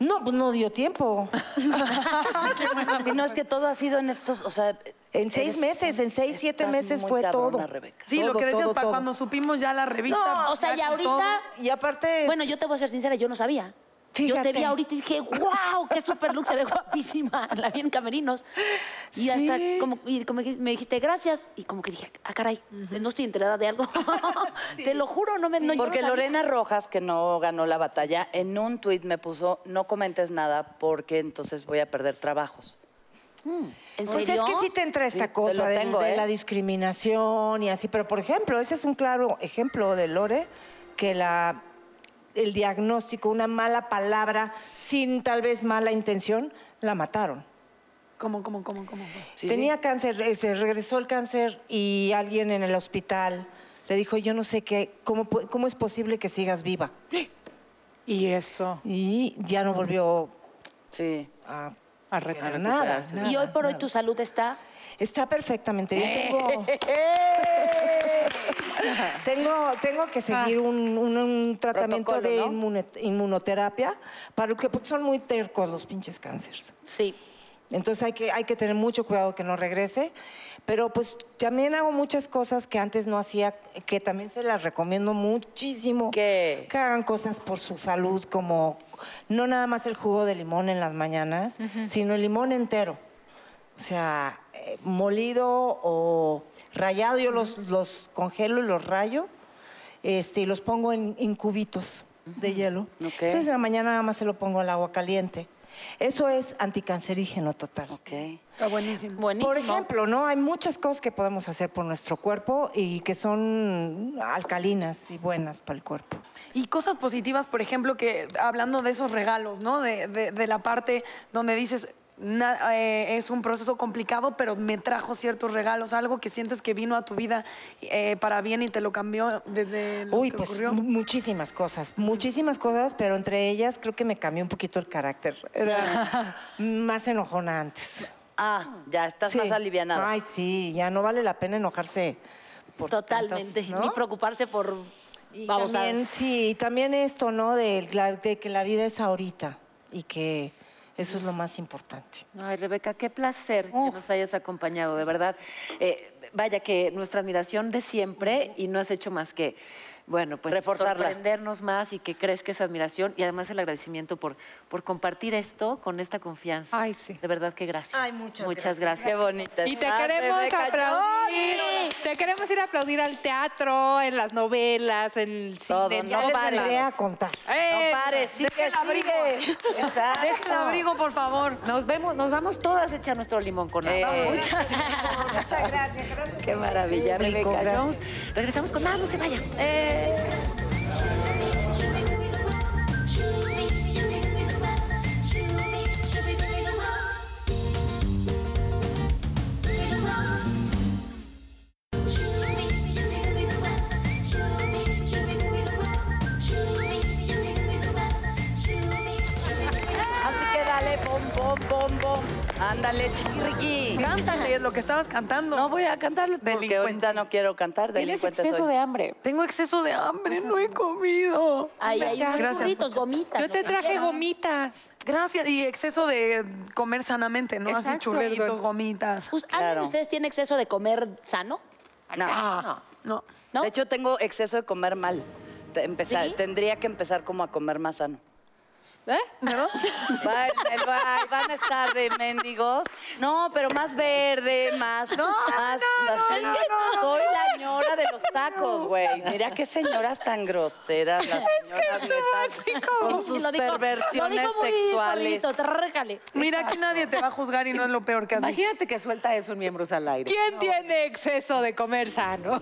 No, pues no dio tiempo.
Si no es que todo ha sido en estos, o sea,
En seis
eres-
meses, en seis, siete
estás
meses
muy
fue
cabrona,
todo.
Rebeca.
Sí, lo
Todo,
que decías,
todo,
pa-
todo.
cuando supimos ya la revista.
No,
O sea, y
ya con
ahorita,
Y aparte.
bueno, yo te voy a ser sincera, yo no sabía. Yo te vi
Fíjate.
ahorita y dije, wow, qué super look, se ve guapísima, (laughs) la vi en camerinos. Y hasta
Sí.
como, y como que me dijiste gracias y como que dije, ah, caray, no estoy enterada de algo. (laughs) Te lo juro, no me... no, yo no
Porque
sabía.
Lorena Rojas, que no ganó la batalla, en un tuit me puso, no comentes nada porque entonces voy a perder trabajos.
¿En
Pues
serio?
es que sí te entra esta
Sí, te
cosa
lo
del- de,
tengo, ¿eh?
la discriminación y así, pero por ejemplo, ese es un claro ejemplo de Lore que la el diagnóstico, una mala palabra sin tal vez mala intención, la mataron.
¿Cómo, cómo, cómo, cómo?
Sí,
Tenía cáncer, eh, se regresó el cáncer y alguien en el hospital le dijo, "Yo no sé qué, cómo pu- cómo es posible que sigas viva."
Y eso,
Y ya no volvió
Sí.
a
a
a
recuperar.
nada, nada.
Y hoy por hoy
nada.
tu salud está...
Está perfectamente bien.
Eh.
Tengo,
(laughs)
tengo, tengo que seguir un, un- un tratamiento
Ah. Protocolo,
de
¿no?
inmune- inmunoterapia, para que, porque son muy tercos los pinches cánceres.
Sí.
Entonces hay que, hay que tener mucho cuidado que no regrese. Pero pues también hago muchas cosas que antes no hacía, que también se las recomiendo muchísimo.
¿Qué?
Que hagan cosas por su salud, como no nada más el jugo de limón en las mañanas, sino el limón entero. O sea, eh, molido o rayado, yo los, los congelo y los rayo este, y los pongo en, en cubitos de hielo.
Ok.
Entonces en la mañana nada más se lo pongo al agua caliente. Eso es anticancerígeno total.
Ok.
Está buenísimo.
Buenísimo.
Por ejemplo, ¿no? Hay muchas cosas que podemos hacer por nuestro cuerpo y que son alcalinas y buenas para el cuerpo.
Y cosas positivas, por ejemplo, que hablando de esos regalos, ¿no? De, de- de la parte donde dices, "Na- eh, es un proceso complicado, pero me trajo ciertos regalos, algo que sientes que vino a tu vida eh, para bien y te lo cambió desde lo
Uy,
que
pues
ocurrió.
mu- muchísimas cosas, muchísimas cosas, pero entre ellas creo que me cambió un poquito el carácter. Era más enojona antes.
Ah, ya estás
Sí.
más alivianada.
Ay, sí, ya no vale la pena enojarse. por
Totalmente.
tantas, ¿no?
Ni preocuparse por...
Y
Vamos a
también, sí, y también esto, ¿no? De, la- de que la vida es ahorita y que eso es lo más importante.
Ay, Rebeca, qué placer que nos hayas acompañado, de verdad. Eh, vaya que nuestra admiración de siempre y no has hecho más que, bueno, pues
Reforzarla.
sorprendernos más y que crezca esa admiración y además el agradecimiento por, por compartir esto con esta confianza.
Ay, sí.
De verdad que gracias.
Ay, muchas
Muchas
gracias.
gracias.
Qué bonita.
Y te
estás,
queremos
Rebeca.
aplaudir. Te queremos ir a aplaudir al teatro, en las novelas, en el cine.
Todo,
en
no
Ya
todos
les
pares.
vendré
lados.
a contar.
¡Eh!
No pares, sigue,
Dejen abrigo.
sigue. Exacto.
Dejen abrigo, por favor.
Nos vemos, nos vamos todas a echar nuestro limón con
Eh,
agua. (laughs)
Muchas gracias. gracias.
Qué maravilla,
Rico,
Rebeca
gracias.
Jones. Regresamos con nada, no se vayan.
Eh,
Shine
bom, bom, bom. Ándale, chiquirriqui.
Cántale lo que estabas cantando.
No voy a cantarlo porque
Delincuente.
ahorita no quiero cantar.
Tienes
Delincuente
exceso
soy.
de hambre.
Tengo exceso de hambre, no he comido.
Ay, hay unos
Gracias,
burritos,
muchachos.
gomitas.
Yo te
lo que
traje
quieras.
gomitas.
Gracias. Y exceso de comer sanamente, ¿no? Así
Exacto.
churritos, gomitas.
Pues, ¿Alguien
Claro.
de ustedes tiene exceso de comer sano?
No.
No.
Ah, ¿No?
De hecho, tengo exceso de comer mal. Te- empezar-
¿Sí?
Tendría que empezar como a comer más sano.
¿Eh?
(laughs) Va en el- va- van a estar de mendigos. No, pero más verde, más. más, así. Soy la señora de los tacos, güey. Mira qué señoras tan groseras las señoras
(laughs)
neta, con sus
Lo dijo- lo
perversiones
dijo muy
sexuales.
gordito, trárcale.
Mira, aquí nadie te va a juzgar y no es lo peor que has dicho.
Imagínate que suelta eso en miembros al aire.
¿Quién tiene exceso de comer sano?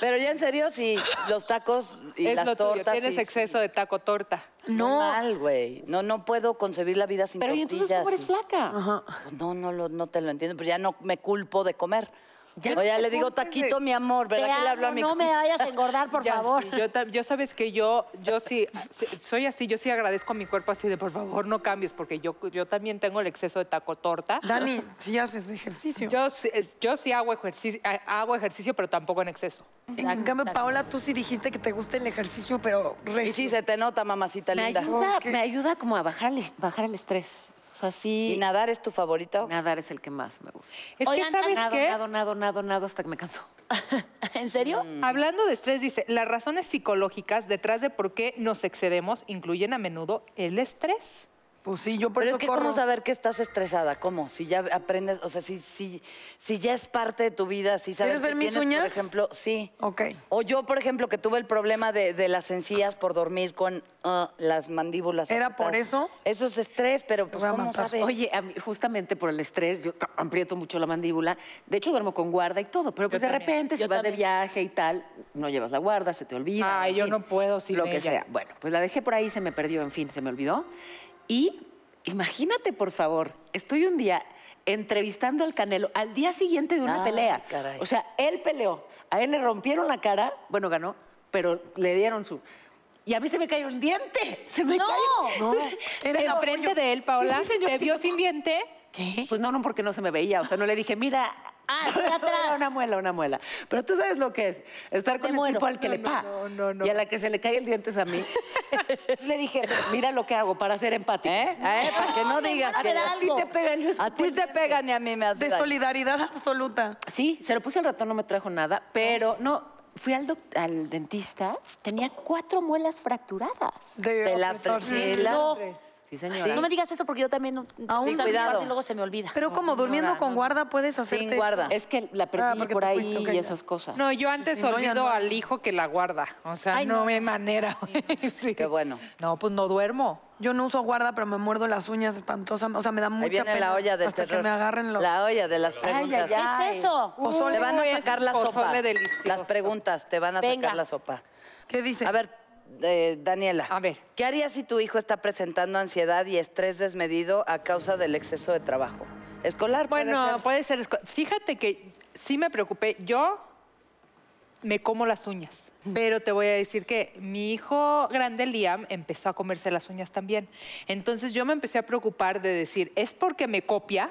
Pero ya en serio, sí, los tacos (laughs) y
es
las
lo tuyo.
tortas.
Tienes
sí,
exceso de taco torta.
sí. No. Mal, güey. No, no puedo concebir la vida sin
Pero y entonces,
tortillas,
¿cómo eres
sin-
flaca?
Ajá.
Pues no, no, lo, no te lo entiendo, pero ya no me culpo de comer.
Ya
Ya,
no
ya
te
le digo
culpes de-
taquito, mi amor,
Te
¿verdad que le hablo a
amo,
mi
no me vayas (laughs) a engordar, por
Ya,
favor.
sí, yo, tam- yo sabes que yo, yo sí, sí, soy así, yo sí agradezco a mi cuerpo así de por favor no cambies, porque yo, yo también tengo el exceso de taco torta.
Dani, si haces ejercicio.
Yo, sí- es- yo sí hago ejercicio, hago ejercicio, pero tampoco en exceso.
en cambio, Paola, tú sí dijiste que te gusta el ejercicio, pero
Y
recio.
sí, se te nota, mamacita
Me
linda.
ayuda,
¿Por qué?
me ayuda como a bajar el, bajar el estrés. O sea, sí.
¿Y nadar es tu favorito?
Nadar es el que más me gusta.
Es
Oigan,
que, ¿sabes
nado,
qué?
nado, nado, nado, nado hasta que me canso.
¿En serio?
Mm. Hablando de estrés, dice, las razones psicológicas detrás de por qué nos excedemos incluyen a menudo el estrés.
Pues sí, yo por
Pero
eso
es que,
corro.
¿cómo saber que estás estresada? ¿Cómo? Si ya aprendes, o sea, si, si, si ya es parte de tu vida, si sabes
¿Quieres ver
que
mis
tienes,
uñas?
por ejemplo, sí.
Ok.
O yo, por ejemplo, que tuve el problema de, de las encías por dormir con ah, las mandíbulas.
¿Era por
apretadas.
eso?
Eso es estrés, pero pues,
voy a
¿cómo
matar.
sabes?
Oye, a mí, justamente por el estrés, yo aprieto mucho la mandíbula. De hecho, duermo con guarda y todo. Pero pues de
también,
repente, si
yo
vas de
también.
viaje y tal, no llevas la guarda, se te olvida.
Ay,
en
yo
fin,
no puedo sin
Lo que
ella.
sea. Bueno, pues la dejé por ahí, se me perdió, en fin, se me olvidó. Y imagínate, por favor, estoy un día entrevistando al Canelo al día siguiente de una
Ay,
pelea.
caray.
O sea, él peleó, a él le rompieron la cara, bueno, ganó, pero le dieron su... Y a mí se me cayó un diente, se me
No.
cayó.
No, era el
Enfrente de él, Paola,
Sí, sí, señor,
te
sí,
vio
por
sin diente.
¿Qué?
Pues no, no, porque no se me veía. O sea, no le dije, mira.
(laughs) Ah, estoy atrás.
(laughs) Una muela, una muela. Pero tú sabes lo que es. Estar con
Me
el
muero.
tipo al que
No,
le
no,
pa.
no, no, no.
Y a la que se le cae el diente es a mí. (laughs) le dije, mira lo que hago para ser empático.
¿Eh? Eh, Para que no
me
digas
muero
que
de
A ti
Algo.
te pegan. yo
a ti te pegan y a mí me hace
De
daño.
solidaridad absoluta.
Sí, se lo puse al ratón, no me trajo nada, pero no, fui al, doc- al dentista, tenía cuatro muelas fracturadas.
De,
Te la
opresor.
fregé.
No,
Sí, señora.
no me digas eso porque yo también no-
Aún
también
cuidado.
guardo Y luego se me olvida.
Pero como durmiendo con guarda puedes hacerte...
Sin guarda.
Es que la
Ah,
perdí
porque
por
te
ahí
fuiste, ok,
y
ya.
esas cosas.
Eh, No, yo antes
Si no, ya
olvido
no.
al hijo que la guarda. O sea,
Ay,
no,
no.
hay manera. güey. (laughs) Sí.
Qué bueno.
No, pues no duermo.
Yo no uso guarda, pero me muerdo las uñas espantosa. O sea, me da mucha
Ahí viene
pena
la olla del
hasta que
terror.
me agarren los...
La olla de las preguntas.
¿Qué es eso?
Pozole.
Te van a
Uy, es
sacar la
pozole
sopa.
delicioso.
Las preguntas, te van a
Venga.
sacar la sopa.
¿Qué dice?
A ver, eh, Daniela.
A ver.
¿Qué harías si tu hijo está presentando ansiedad y estrés desmedido a causa del exceso de trabajo? Escolar, puede
Bueno, pues,
ser.
puede ser. esco- Fíjate que sí me preocupé. Yo me como las uñas. Pero te voy a decir que mi hijo grande, Liam, empezó a comerse las uñas también. Entonces yo me empecé a preocupar de decir, ¿es porque me copia?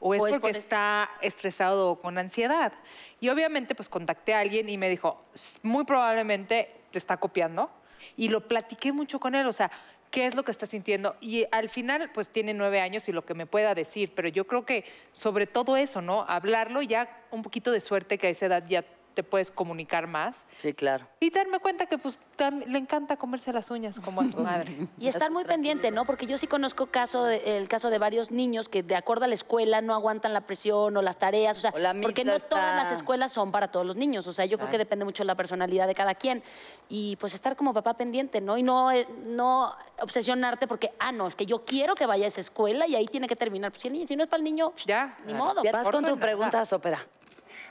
¿O es
O es
porque
por eso.
está estresado o con ansiedad? Y obviamente pues contacté a alguien y me dijo, "S- muy probablemente te está copiando. Y lo platiqué mucho con él, o sea, ¿qué es lo que está sintiendo? Y al final pues tiene nueve años y lo que me pueda decir, pero yo creo que sobre todo eso, ¿no? Hablarlo y ya un poquito de suerte que a esa edad ya te puedes comunicar más.
Sí, claro.
Y darme cuenta que pues tam- le encanta comerse las uñas como a su madre.
Y estar muy pendiente, ¿no? Porque yo sí conozco caso de- el caso de varios niños que de acuerdo a la escuela no aguantan la presión o las tareas, o sea,
O la
porque
misma
no
está-
todas las escuelas son para todos los niños, o sea, yo creo que depende mucho de la personalidad de cada quien y pues estar como papá pendiente, ¿no? Y no eh, no obsesionarte porque ah, no, es que yo quiero que vaya a esa escuela y ahí tiene que terminar, pues si, el niño- si no es para el niño,
Ya.
ni modo.
Vas con tu
Orden,
pregunta,
¿verdad?
Sopera.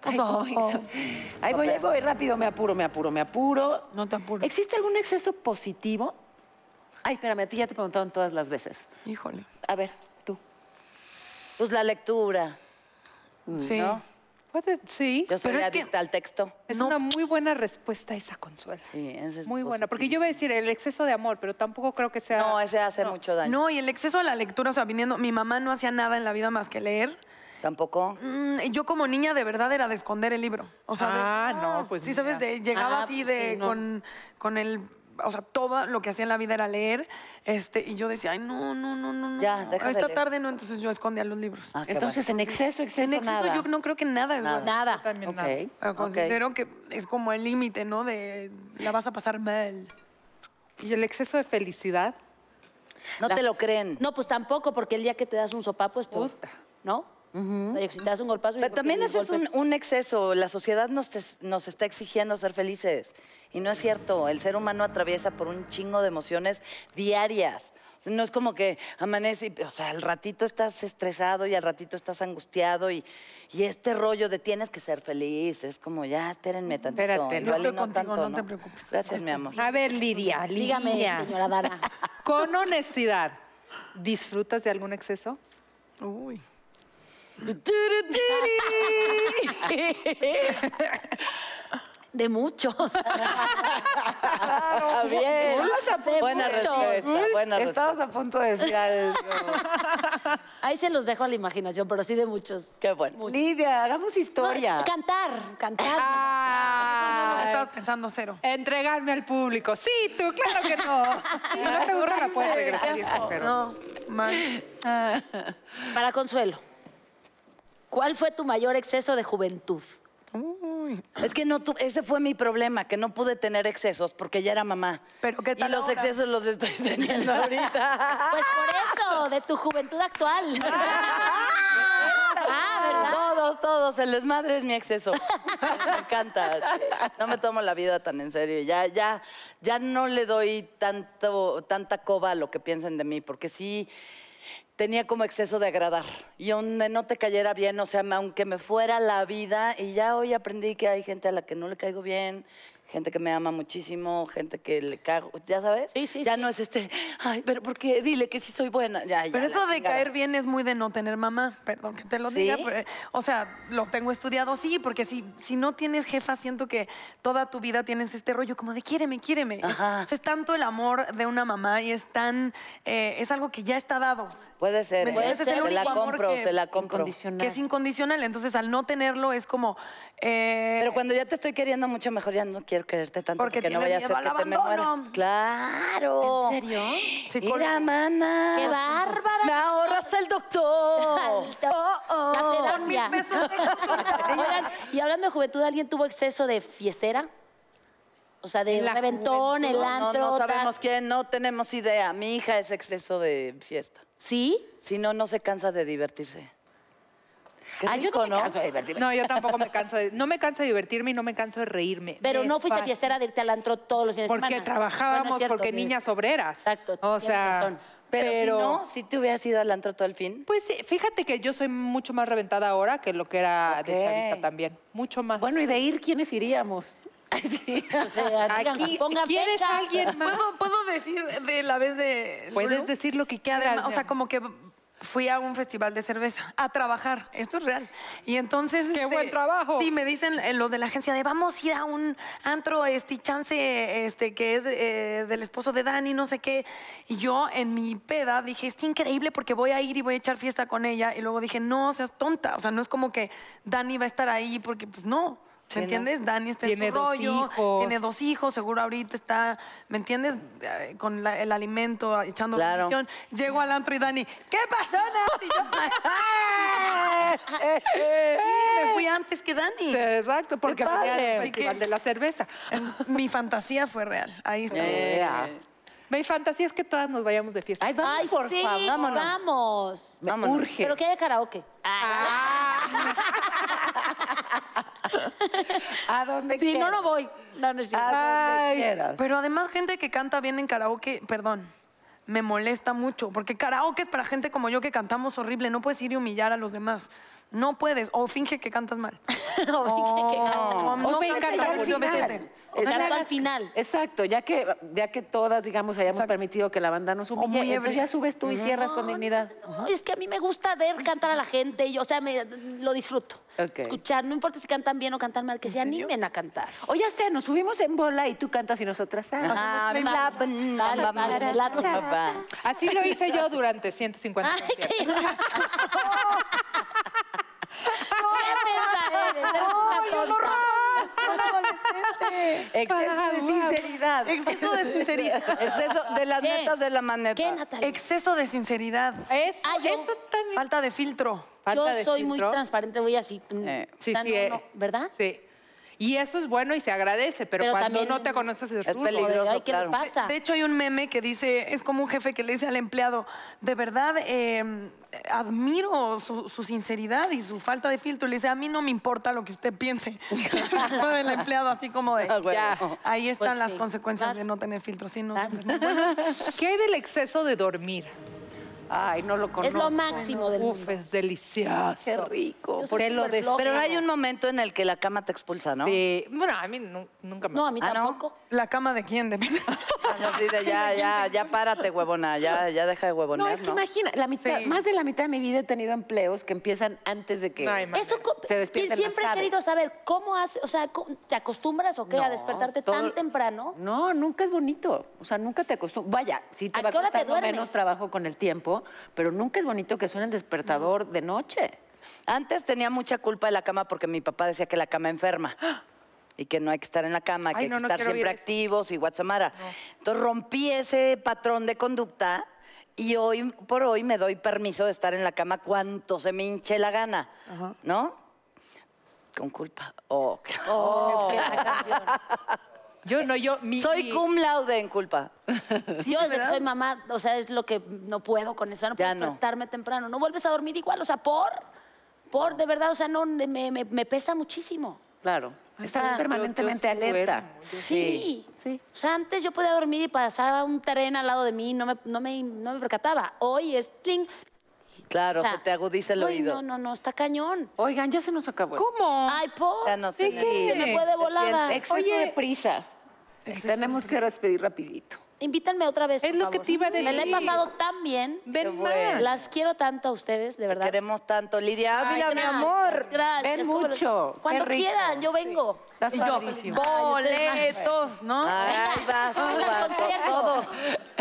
Ay, voy, ahí voy, ahí voy, rápido, me apuro, me apuro, me apuro.
No te apures.
¿Existe algún exceso positivo? Ay, espérame, a ti ya te preguntaron todas las veces.
Híjole.
A ver, tú.
Pues la lectura.
Sí.
¿no?
What the- sí,
Yo soy
Pero es que-
adicta al texto.
es
no.
una muy buena respuesta esa consuelo.
Sí, ese es
Muy buena, porque yo voy a decir el exceso de amor, pero tampoco creo que sea...
No, ese hace
no.
mucho daño.
No, y el exceso a la lectura, o sea, viniendo, mi mamá no hacía nada en la vida más que leer.
Tampoco.
Mm, y yo como niña de verdad era de esconder el libro. O sea, de-
Ah, no, pues
Sí, sabes,
mira.
de, llegaba
Ah,
así
pues sí,
de
no.
con, con el, o sea, todo lo que hacía en la vida era leer, este, y yo decía, ay, no, no, no, no, no,
Ya,
no,
deja de
esta
leer.
tarde no, entonces yo escondía los libros.
Ah, qué
Entonces, en exceso, exceso,
en exceso
nada.
yo no creo que nada es
Nada.
bueno.
Nada.
También
Ok.
nada.
Pero
Ok.
considero que es como el límite, ¿no? De la vas a pasar mal.
Y el exceso de felicidad,
bueno. No
La-
te lo creen.
No, pues tampoco, porque el día que te das un sopapo es peor,
puta.
¿no? O sea, yo- si te das un golpazo... yo
Pero
creo que
también
mis
ese es un,
golpes-
un exceso. La sociedad nos, es- nos está exigiendo ser felices. Y no es cierto. El ser humano atraviesa por un chingo de emociones diarias. O sea, No es como que amanece, y- o sea, al ratito estás estresado y al ratito estás angustiado y, y este rollo de tienes que ser feliz, es como ya, espérenme tantito.
Espérate,
Yo
igual y
estoy contigo,
tanto,
no, te preocupes. Este,
Gracias, mi amor.
A ver, Lidia, Lidia.
Dígame,
(laughs)
señora Dana.
Con honestidad, ¿disfrutas de algún exceso?
Uy.
De muchos.
Claro, bien.
De
Buena
muchos.
respuesta, buena
Estabas a punto de decir
(laughs)
algo.
Ahí se los dejo a la imaginación, pero sí de muchos.
Qué bueno.
Lidia, hagamos historia.
No, cantar, cantar.
Estaba
Ah,
pensando cero.
entregarme al público. Sí, tú, claro que no. Si no te gusta, la puedes regresar. y eso, pero-
No, mal.
Para Consuelo, ¿cuál fue tu mayor exceso de juventud?
Uy.
Es que no tu- ese fue mi problema, que no pude tener excesos porque ya era mamá.
Pero ¿qué tal
Y los
ahora?
excesos los estoy teniendo
(laughs)
ahorita.
Pues
Ah.
por eso, de tu juventud actual. ah,
Todos, todos, el desmadre es mi exceso. (laughs) Me encanta. No me tomo la vida tan en serio. Ya, ya, ya no le doy tanto, tanta coba a lo que piensen de mí, porque sí tenía como exceso de agradar. Y donde no te cayera bien, o sea, me- aunque me fuera la vida, y ya hoy aprendí que hay gente a la que no le caigo bien. Gente que me ama muchísimo, gente que le cago, ya sabes.
Sí, sí,
ya
sí.
no es este, ay, pero ¿por qué? Dile que sí soy buena. Ya, ya,
Pero
la
eso de
chingada.
caer bien es muy de no tener mamá, perdón que te lo
¿Sí?
diga. pero, o sea, lo tengo estudiado, sí, porque si, si no tienes jefa, siento que toda tu vida tienes este rollo como de quiéreme, quiéreme. Es-
Ajá.
Es, tanto el amor de una mamá y es tan, eh, es algo que ya está dado,
Puede ser.
¿Me
¿eh?
entiendes? Es el
se la
único amor
compro,
que-
se la compro.
Incondicional.
que es incondicional. Entonces, al no tenerlo es como... eh,
Pero cuando ya te estoy queriendo mucho mejor, ya no quiero quererte tanto
Porque
porque, no
tienes
vaya a ser
miedo
que
al
te me
abandono.
mueras. Claro.
¿En serio?
Mira,
psicólogo.
mana.
¡Qué bárbara!
Me ahorras el doctor. Oh,
Al- La
Con mil
terapia.
pesos de consulta.
Oigan, y hablando de juventud, ¿alguien tuvo exceso de fiestera? O sea, de
En la
reventón, el
No,
antro.
no
tal.
sabemos quién, no tenemos idea. Mi hija es exceso de fiesta.
¿Sí?
Si no, no se cansa de divertirse. Qué
Ah, yo
rico,
no me canso de divertirme.
No, yo tampoco me canso de, no me canso de divertirme y no me canso de reírme.
Pero
Me
no fuiste
fascina.
fiestera de irte al antro todos los fines de
Porque
semana.
trabajábamos,
Bueno, es cierto,
porque
sí.
niñas obreras.
Exacto,
O
tienes
sea,
razón.
Pero, si no, si te hubieras ido al antro todo el fin.
Pues eh, fíjate que yo soy mucho más reventada ahora que lo que era
Ok.
de chavita también. Mucho más.
Bueno, y de ir, ¿quiénes iríamos?
O sea, digan,
(laughs) Aquí,
pongan
¿quieres
fecha. (laughs)
alguien más?
¿Puedo, puedo decir de la vez de.
Puedes
Lulu?
decir lo que
que
quieras.
además, o
mi
sea,
amor.
como que fui a un festival de cerveza a trabajar, esto es real. Y entonces este,
¡Qué buen trabajo!
Sí, me dicen eh, los de la agencia de vamos a ir a un antro este chance este que es eh, del esposo de Dani, no sé qué. Y yo en mi peda dije, "Está increíble porque voy a ir y voy a echar fiesta con ella." Y luego dije, "No, seas tonta, o sea, no es como que Dani va a estar ahí porque pues no."
Sí,
¿Me
no.
entiendes? Dani está
Tiene
en su
dos
rollo,
hijos.
tiene dos hijos, seguro ahorita está, ¿me entiendes? Eh, Con la- el alimento, ah, echando
Claro.
bendición. Llego al antro y Dani, ¿qué pasó, Nati? Y yo, "Sí, me fui antes que Dani.
Exacto, porque venía
padre!
del festival
¿Qué?
de la cerveza.
Mi fantasía fue real. Ahí está.
Eh,
Mi fantasía es que todas nos vayamos de fiesta.
Ay, vamos,
Ay,
por
sí,
favor.
vámonos.
vamos.
Me
Vámonos.
urge.
Pero que haya karaoke.
¿A dónde
Si no,
quieras.
no voy. No, no es cierto. (laughs)
A donde
Ay.
quieras.
Pero además, gente que canta bien en karaoke, perdón, me molesta mucho. Porque karaoke es para gente como yo que cantamos horrible. No puedes ir y humillar a los demás. No puedes. O finge que cantas mal.
o
oh. o no
O
cantas
cántalo
al
al final.
final.
O
cantarlo
hagas-
al final.
Exacto, ya que, ya que todas, digamos, hayamos
Exacto.
permitido que la banda nos humille,
muy
entonces
ebria.
ya subes tú y cierras con dignidad.
No, es que a mí me gusta ver cantar a la gente, y, o sea, me- lo disfruto.
Ok.
Escuchar, no importa si cantan bien o cantan mal, que se
serio?
animen a cantar.
O ya sé, nos subimos en bola y tú cantas y nosotras. Ah,
Dale, dale, se late.
Ah,
Así lo hice yo durante 150
Ay,
conciertos.
(laughs) qué... ¡Qué mensa eres! eres una tonta.
Exceso de sinceridad.
Exceso de sinceridad.
Exceso de las
¿Qué?
netas de la maneta.
¿Qué, Natalia?
Exceso de sinceridad.
Eso,
Ah, yo-
eso también.
Falta de filtro.
Falta
Yo
de
soy muy
filtro.
transparente, voy así. mm,
Eh,
Sí,
tan
sí,
uno,
eh,
¿Verdad?
Sí. Y eso es bueno y se agradece, pero,
Pero
cuando
también
no te conoces es,
es
rudo.
Como de,
peligroso,
Ay, ¿qué
claro.
le pasa?
De hecho, hay un meme que dice, es como un jefe que le dice al empleado, de verdad, eh, admiro su, su sinceridad y su falta de filtro. Le dice, a mí no me importa lo que usted piense. (laughs) el empleado así como
ah,
de,
Ya.
Oh.
ahí están
Ah, Pues
las
sí,
consecuencias
claro.
de no tener filtro. Sí, no, siempre es muy bueno.
¿Qué hay del exceso de dormir?
(laughs) Ay, no lo conozco.
es lo máximo del
Uf,
mundo.
es delicioso.
Qué rico.
Yo soy
Porque lo
súper
de
floja.
Pero hay un momento en el que la cama te expulsa, ¿no?
Sí. Bueno, a mí nu- nunca me
No, a mí
Ah, ¿no?
tampoco.
¿La cama de quién?
(laughs)
Depende.
Así de ya, ya, ya párate, huevona, ya, ya deja de
No,
huevonear,
es que
¿no?
imagina, la mitad,
Sí.
más de la mitad de mi vida he tenido empleos que empiezan antes de que...
No hay manera.
Eso co-
Se despierten
que siempre
las
he
aves.
querido saber cómo hace, o sea, co- ¿te acostumbras o qué a
No,
despertarte
todo-
tan
(laughs)
temprano?
No, nunca es bonito. O sea, nunca te acostumbras. Vaya, sí te
¿A
va
qué hora te
costando
duermes?
menos trabajo con el tiempo, pero nunca es bonito que suene el despertador de noche.
Antes tenía mucha culpa de la cama porque mi papá decía que la cama enferma. (gasps) Y que no hay que estar en la cama, que
Ay,
hay
no,
que
no
estar
quiero oír
siempre
eso.
activos y guatemala. Entonces rompí ese patrón de conducta y hoy por hoy me doy permiso de estar en la cama cuanto se me hinche la gana,
Ajá.
¿no? Con culpa. Oh.
Oh, qué buena canción.
Yo no, yo... Mi,
Soy
mi-
cum laude en culpa.
Yo desde que soy mamá, o sea, es lo que no puedo con eso, no puedo
Ya no.
despertarme temprano. No vuelves a dormir igual, o sea, por, por, de verdad, o sea, no, me, me- me pesa muchísimo.
Claro. Estás
yo- yo
permanentemente
sí duermo,
alerta.
yo
Sí.
Sí.
O sea, antes yo podía dormir y pasaba un tren al lado de mí, no me, no me, no me percataba. Hoy es tling.
Claro,
o sea,
se te agudiza el
uy,
oído.
No, no, no, está cañón.
Oigan, ya se nos acabó.
¿Cómo?
Ay, por.
Ya no
se
se
¿qué?
le-
me fue de volada.
siente
Exceso
Oye.
de prisa. Tenemos que despedir rapidito.
Invítanme otra vez.
Es
por
lo que
favor.
te iba a
Me la he
decir.
pasado tan bien.
Qué
Ven
bueno.
más.
Las quiero tanto a ustedes, de
Pues. Te
verdad.
queremos tanto, Lidia
Ay,
Ávila, mi
gracias,
amor.
Gracias.
Ven
como los-
mucho, qué
Cuando
rico.
quieran, yo vengo.
Estás
Y yo,
padrísimo.
boletos, ¿no?
Ah,
Ay, vas,
Vamos al
vas,
concierto.
todo.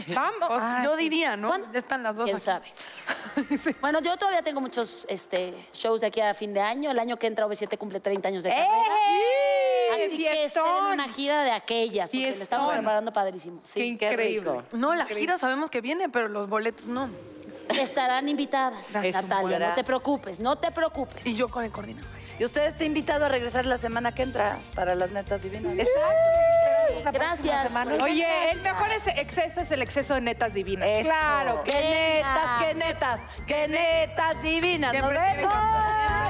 Vamos.
Ah,
Pues, yo diría, ¿no?
¿Cuándo?
Ya están las dos
¿Quién
aquí.
(laughs)
sabe? Bueno, yo todavía tengo muchos este, shows de aquí a fin de año. El año que entra OV7 cumple 30 años de carrera.
¡Eh!
Así que esperen
¡Fiestón!
una gira de aquellas, porque le estamos
Fiestón.
preparando padrísimo.
¡Qué
Sí.
increíble!
No, la gira sabemos que viene, pero los boletos no.
Estarán invitadas,
Es un
Natalia.
buen-
No te preocupes, no te preocupes.
Y yo con el coordinador.
Y ustedes te he invitado a regresar la semana que entra para las netas divinas.
Gracias. por-
Oye, el mejor es- exceso es el exceso de netas divinas.
Eso.
Claro que
¡Qué netas, qué netas! ¡Qué netas divinas! ¡Nos
Siempre
vemos!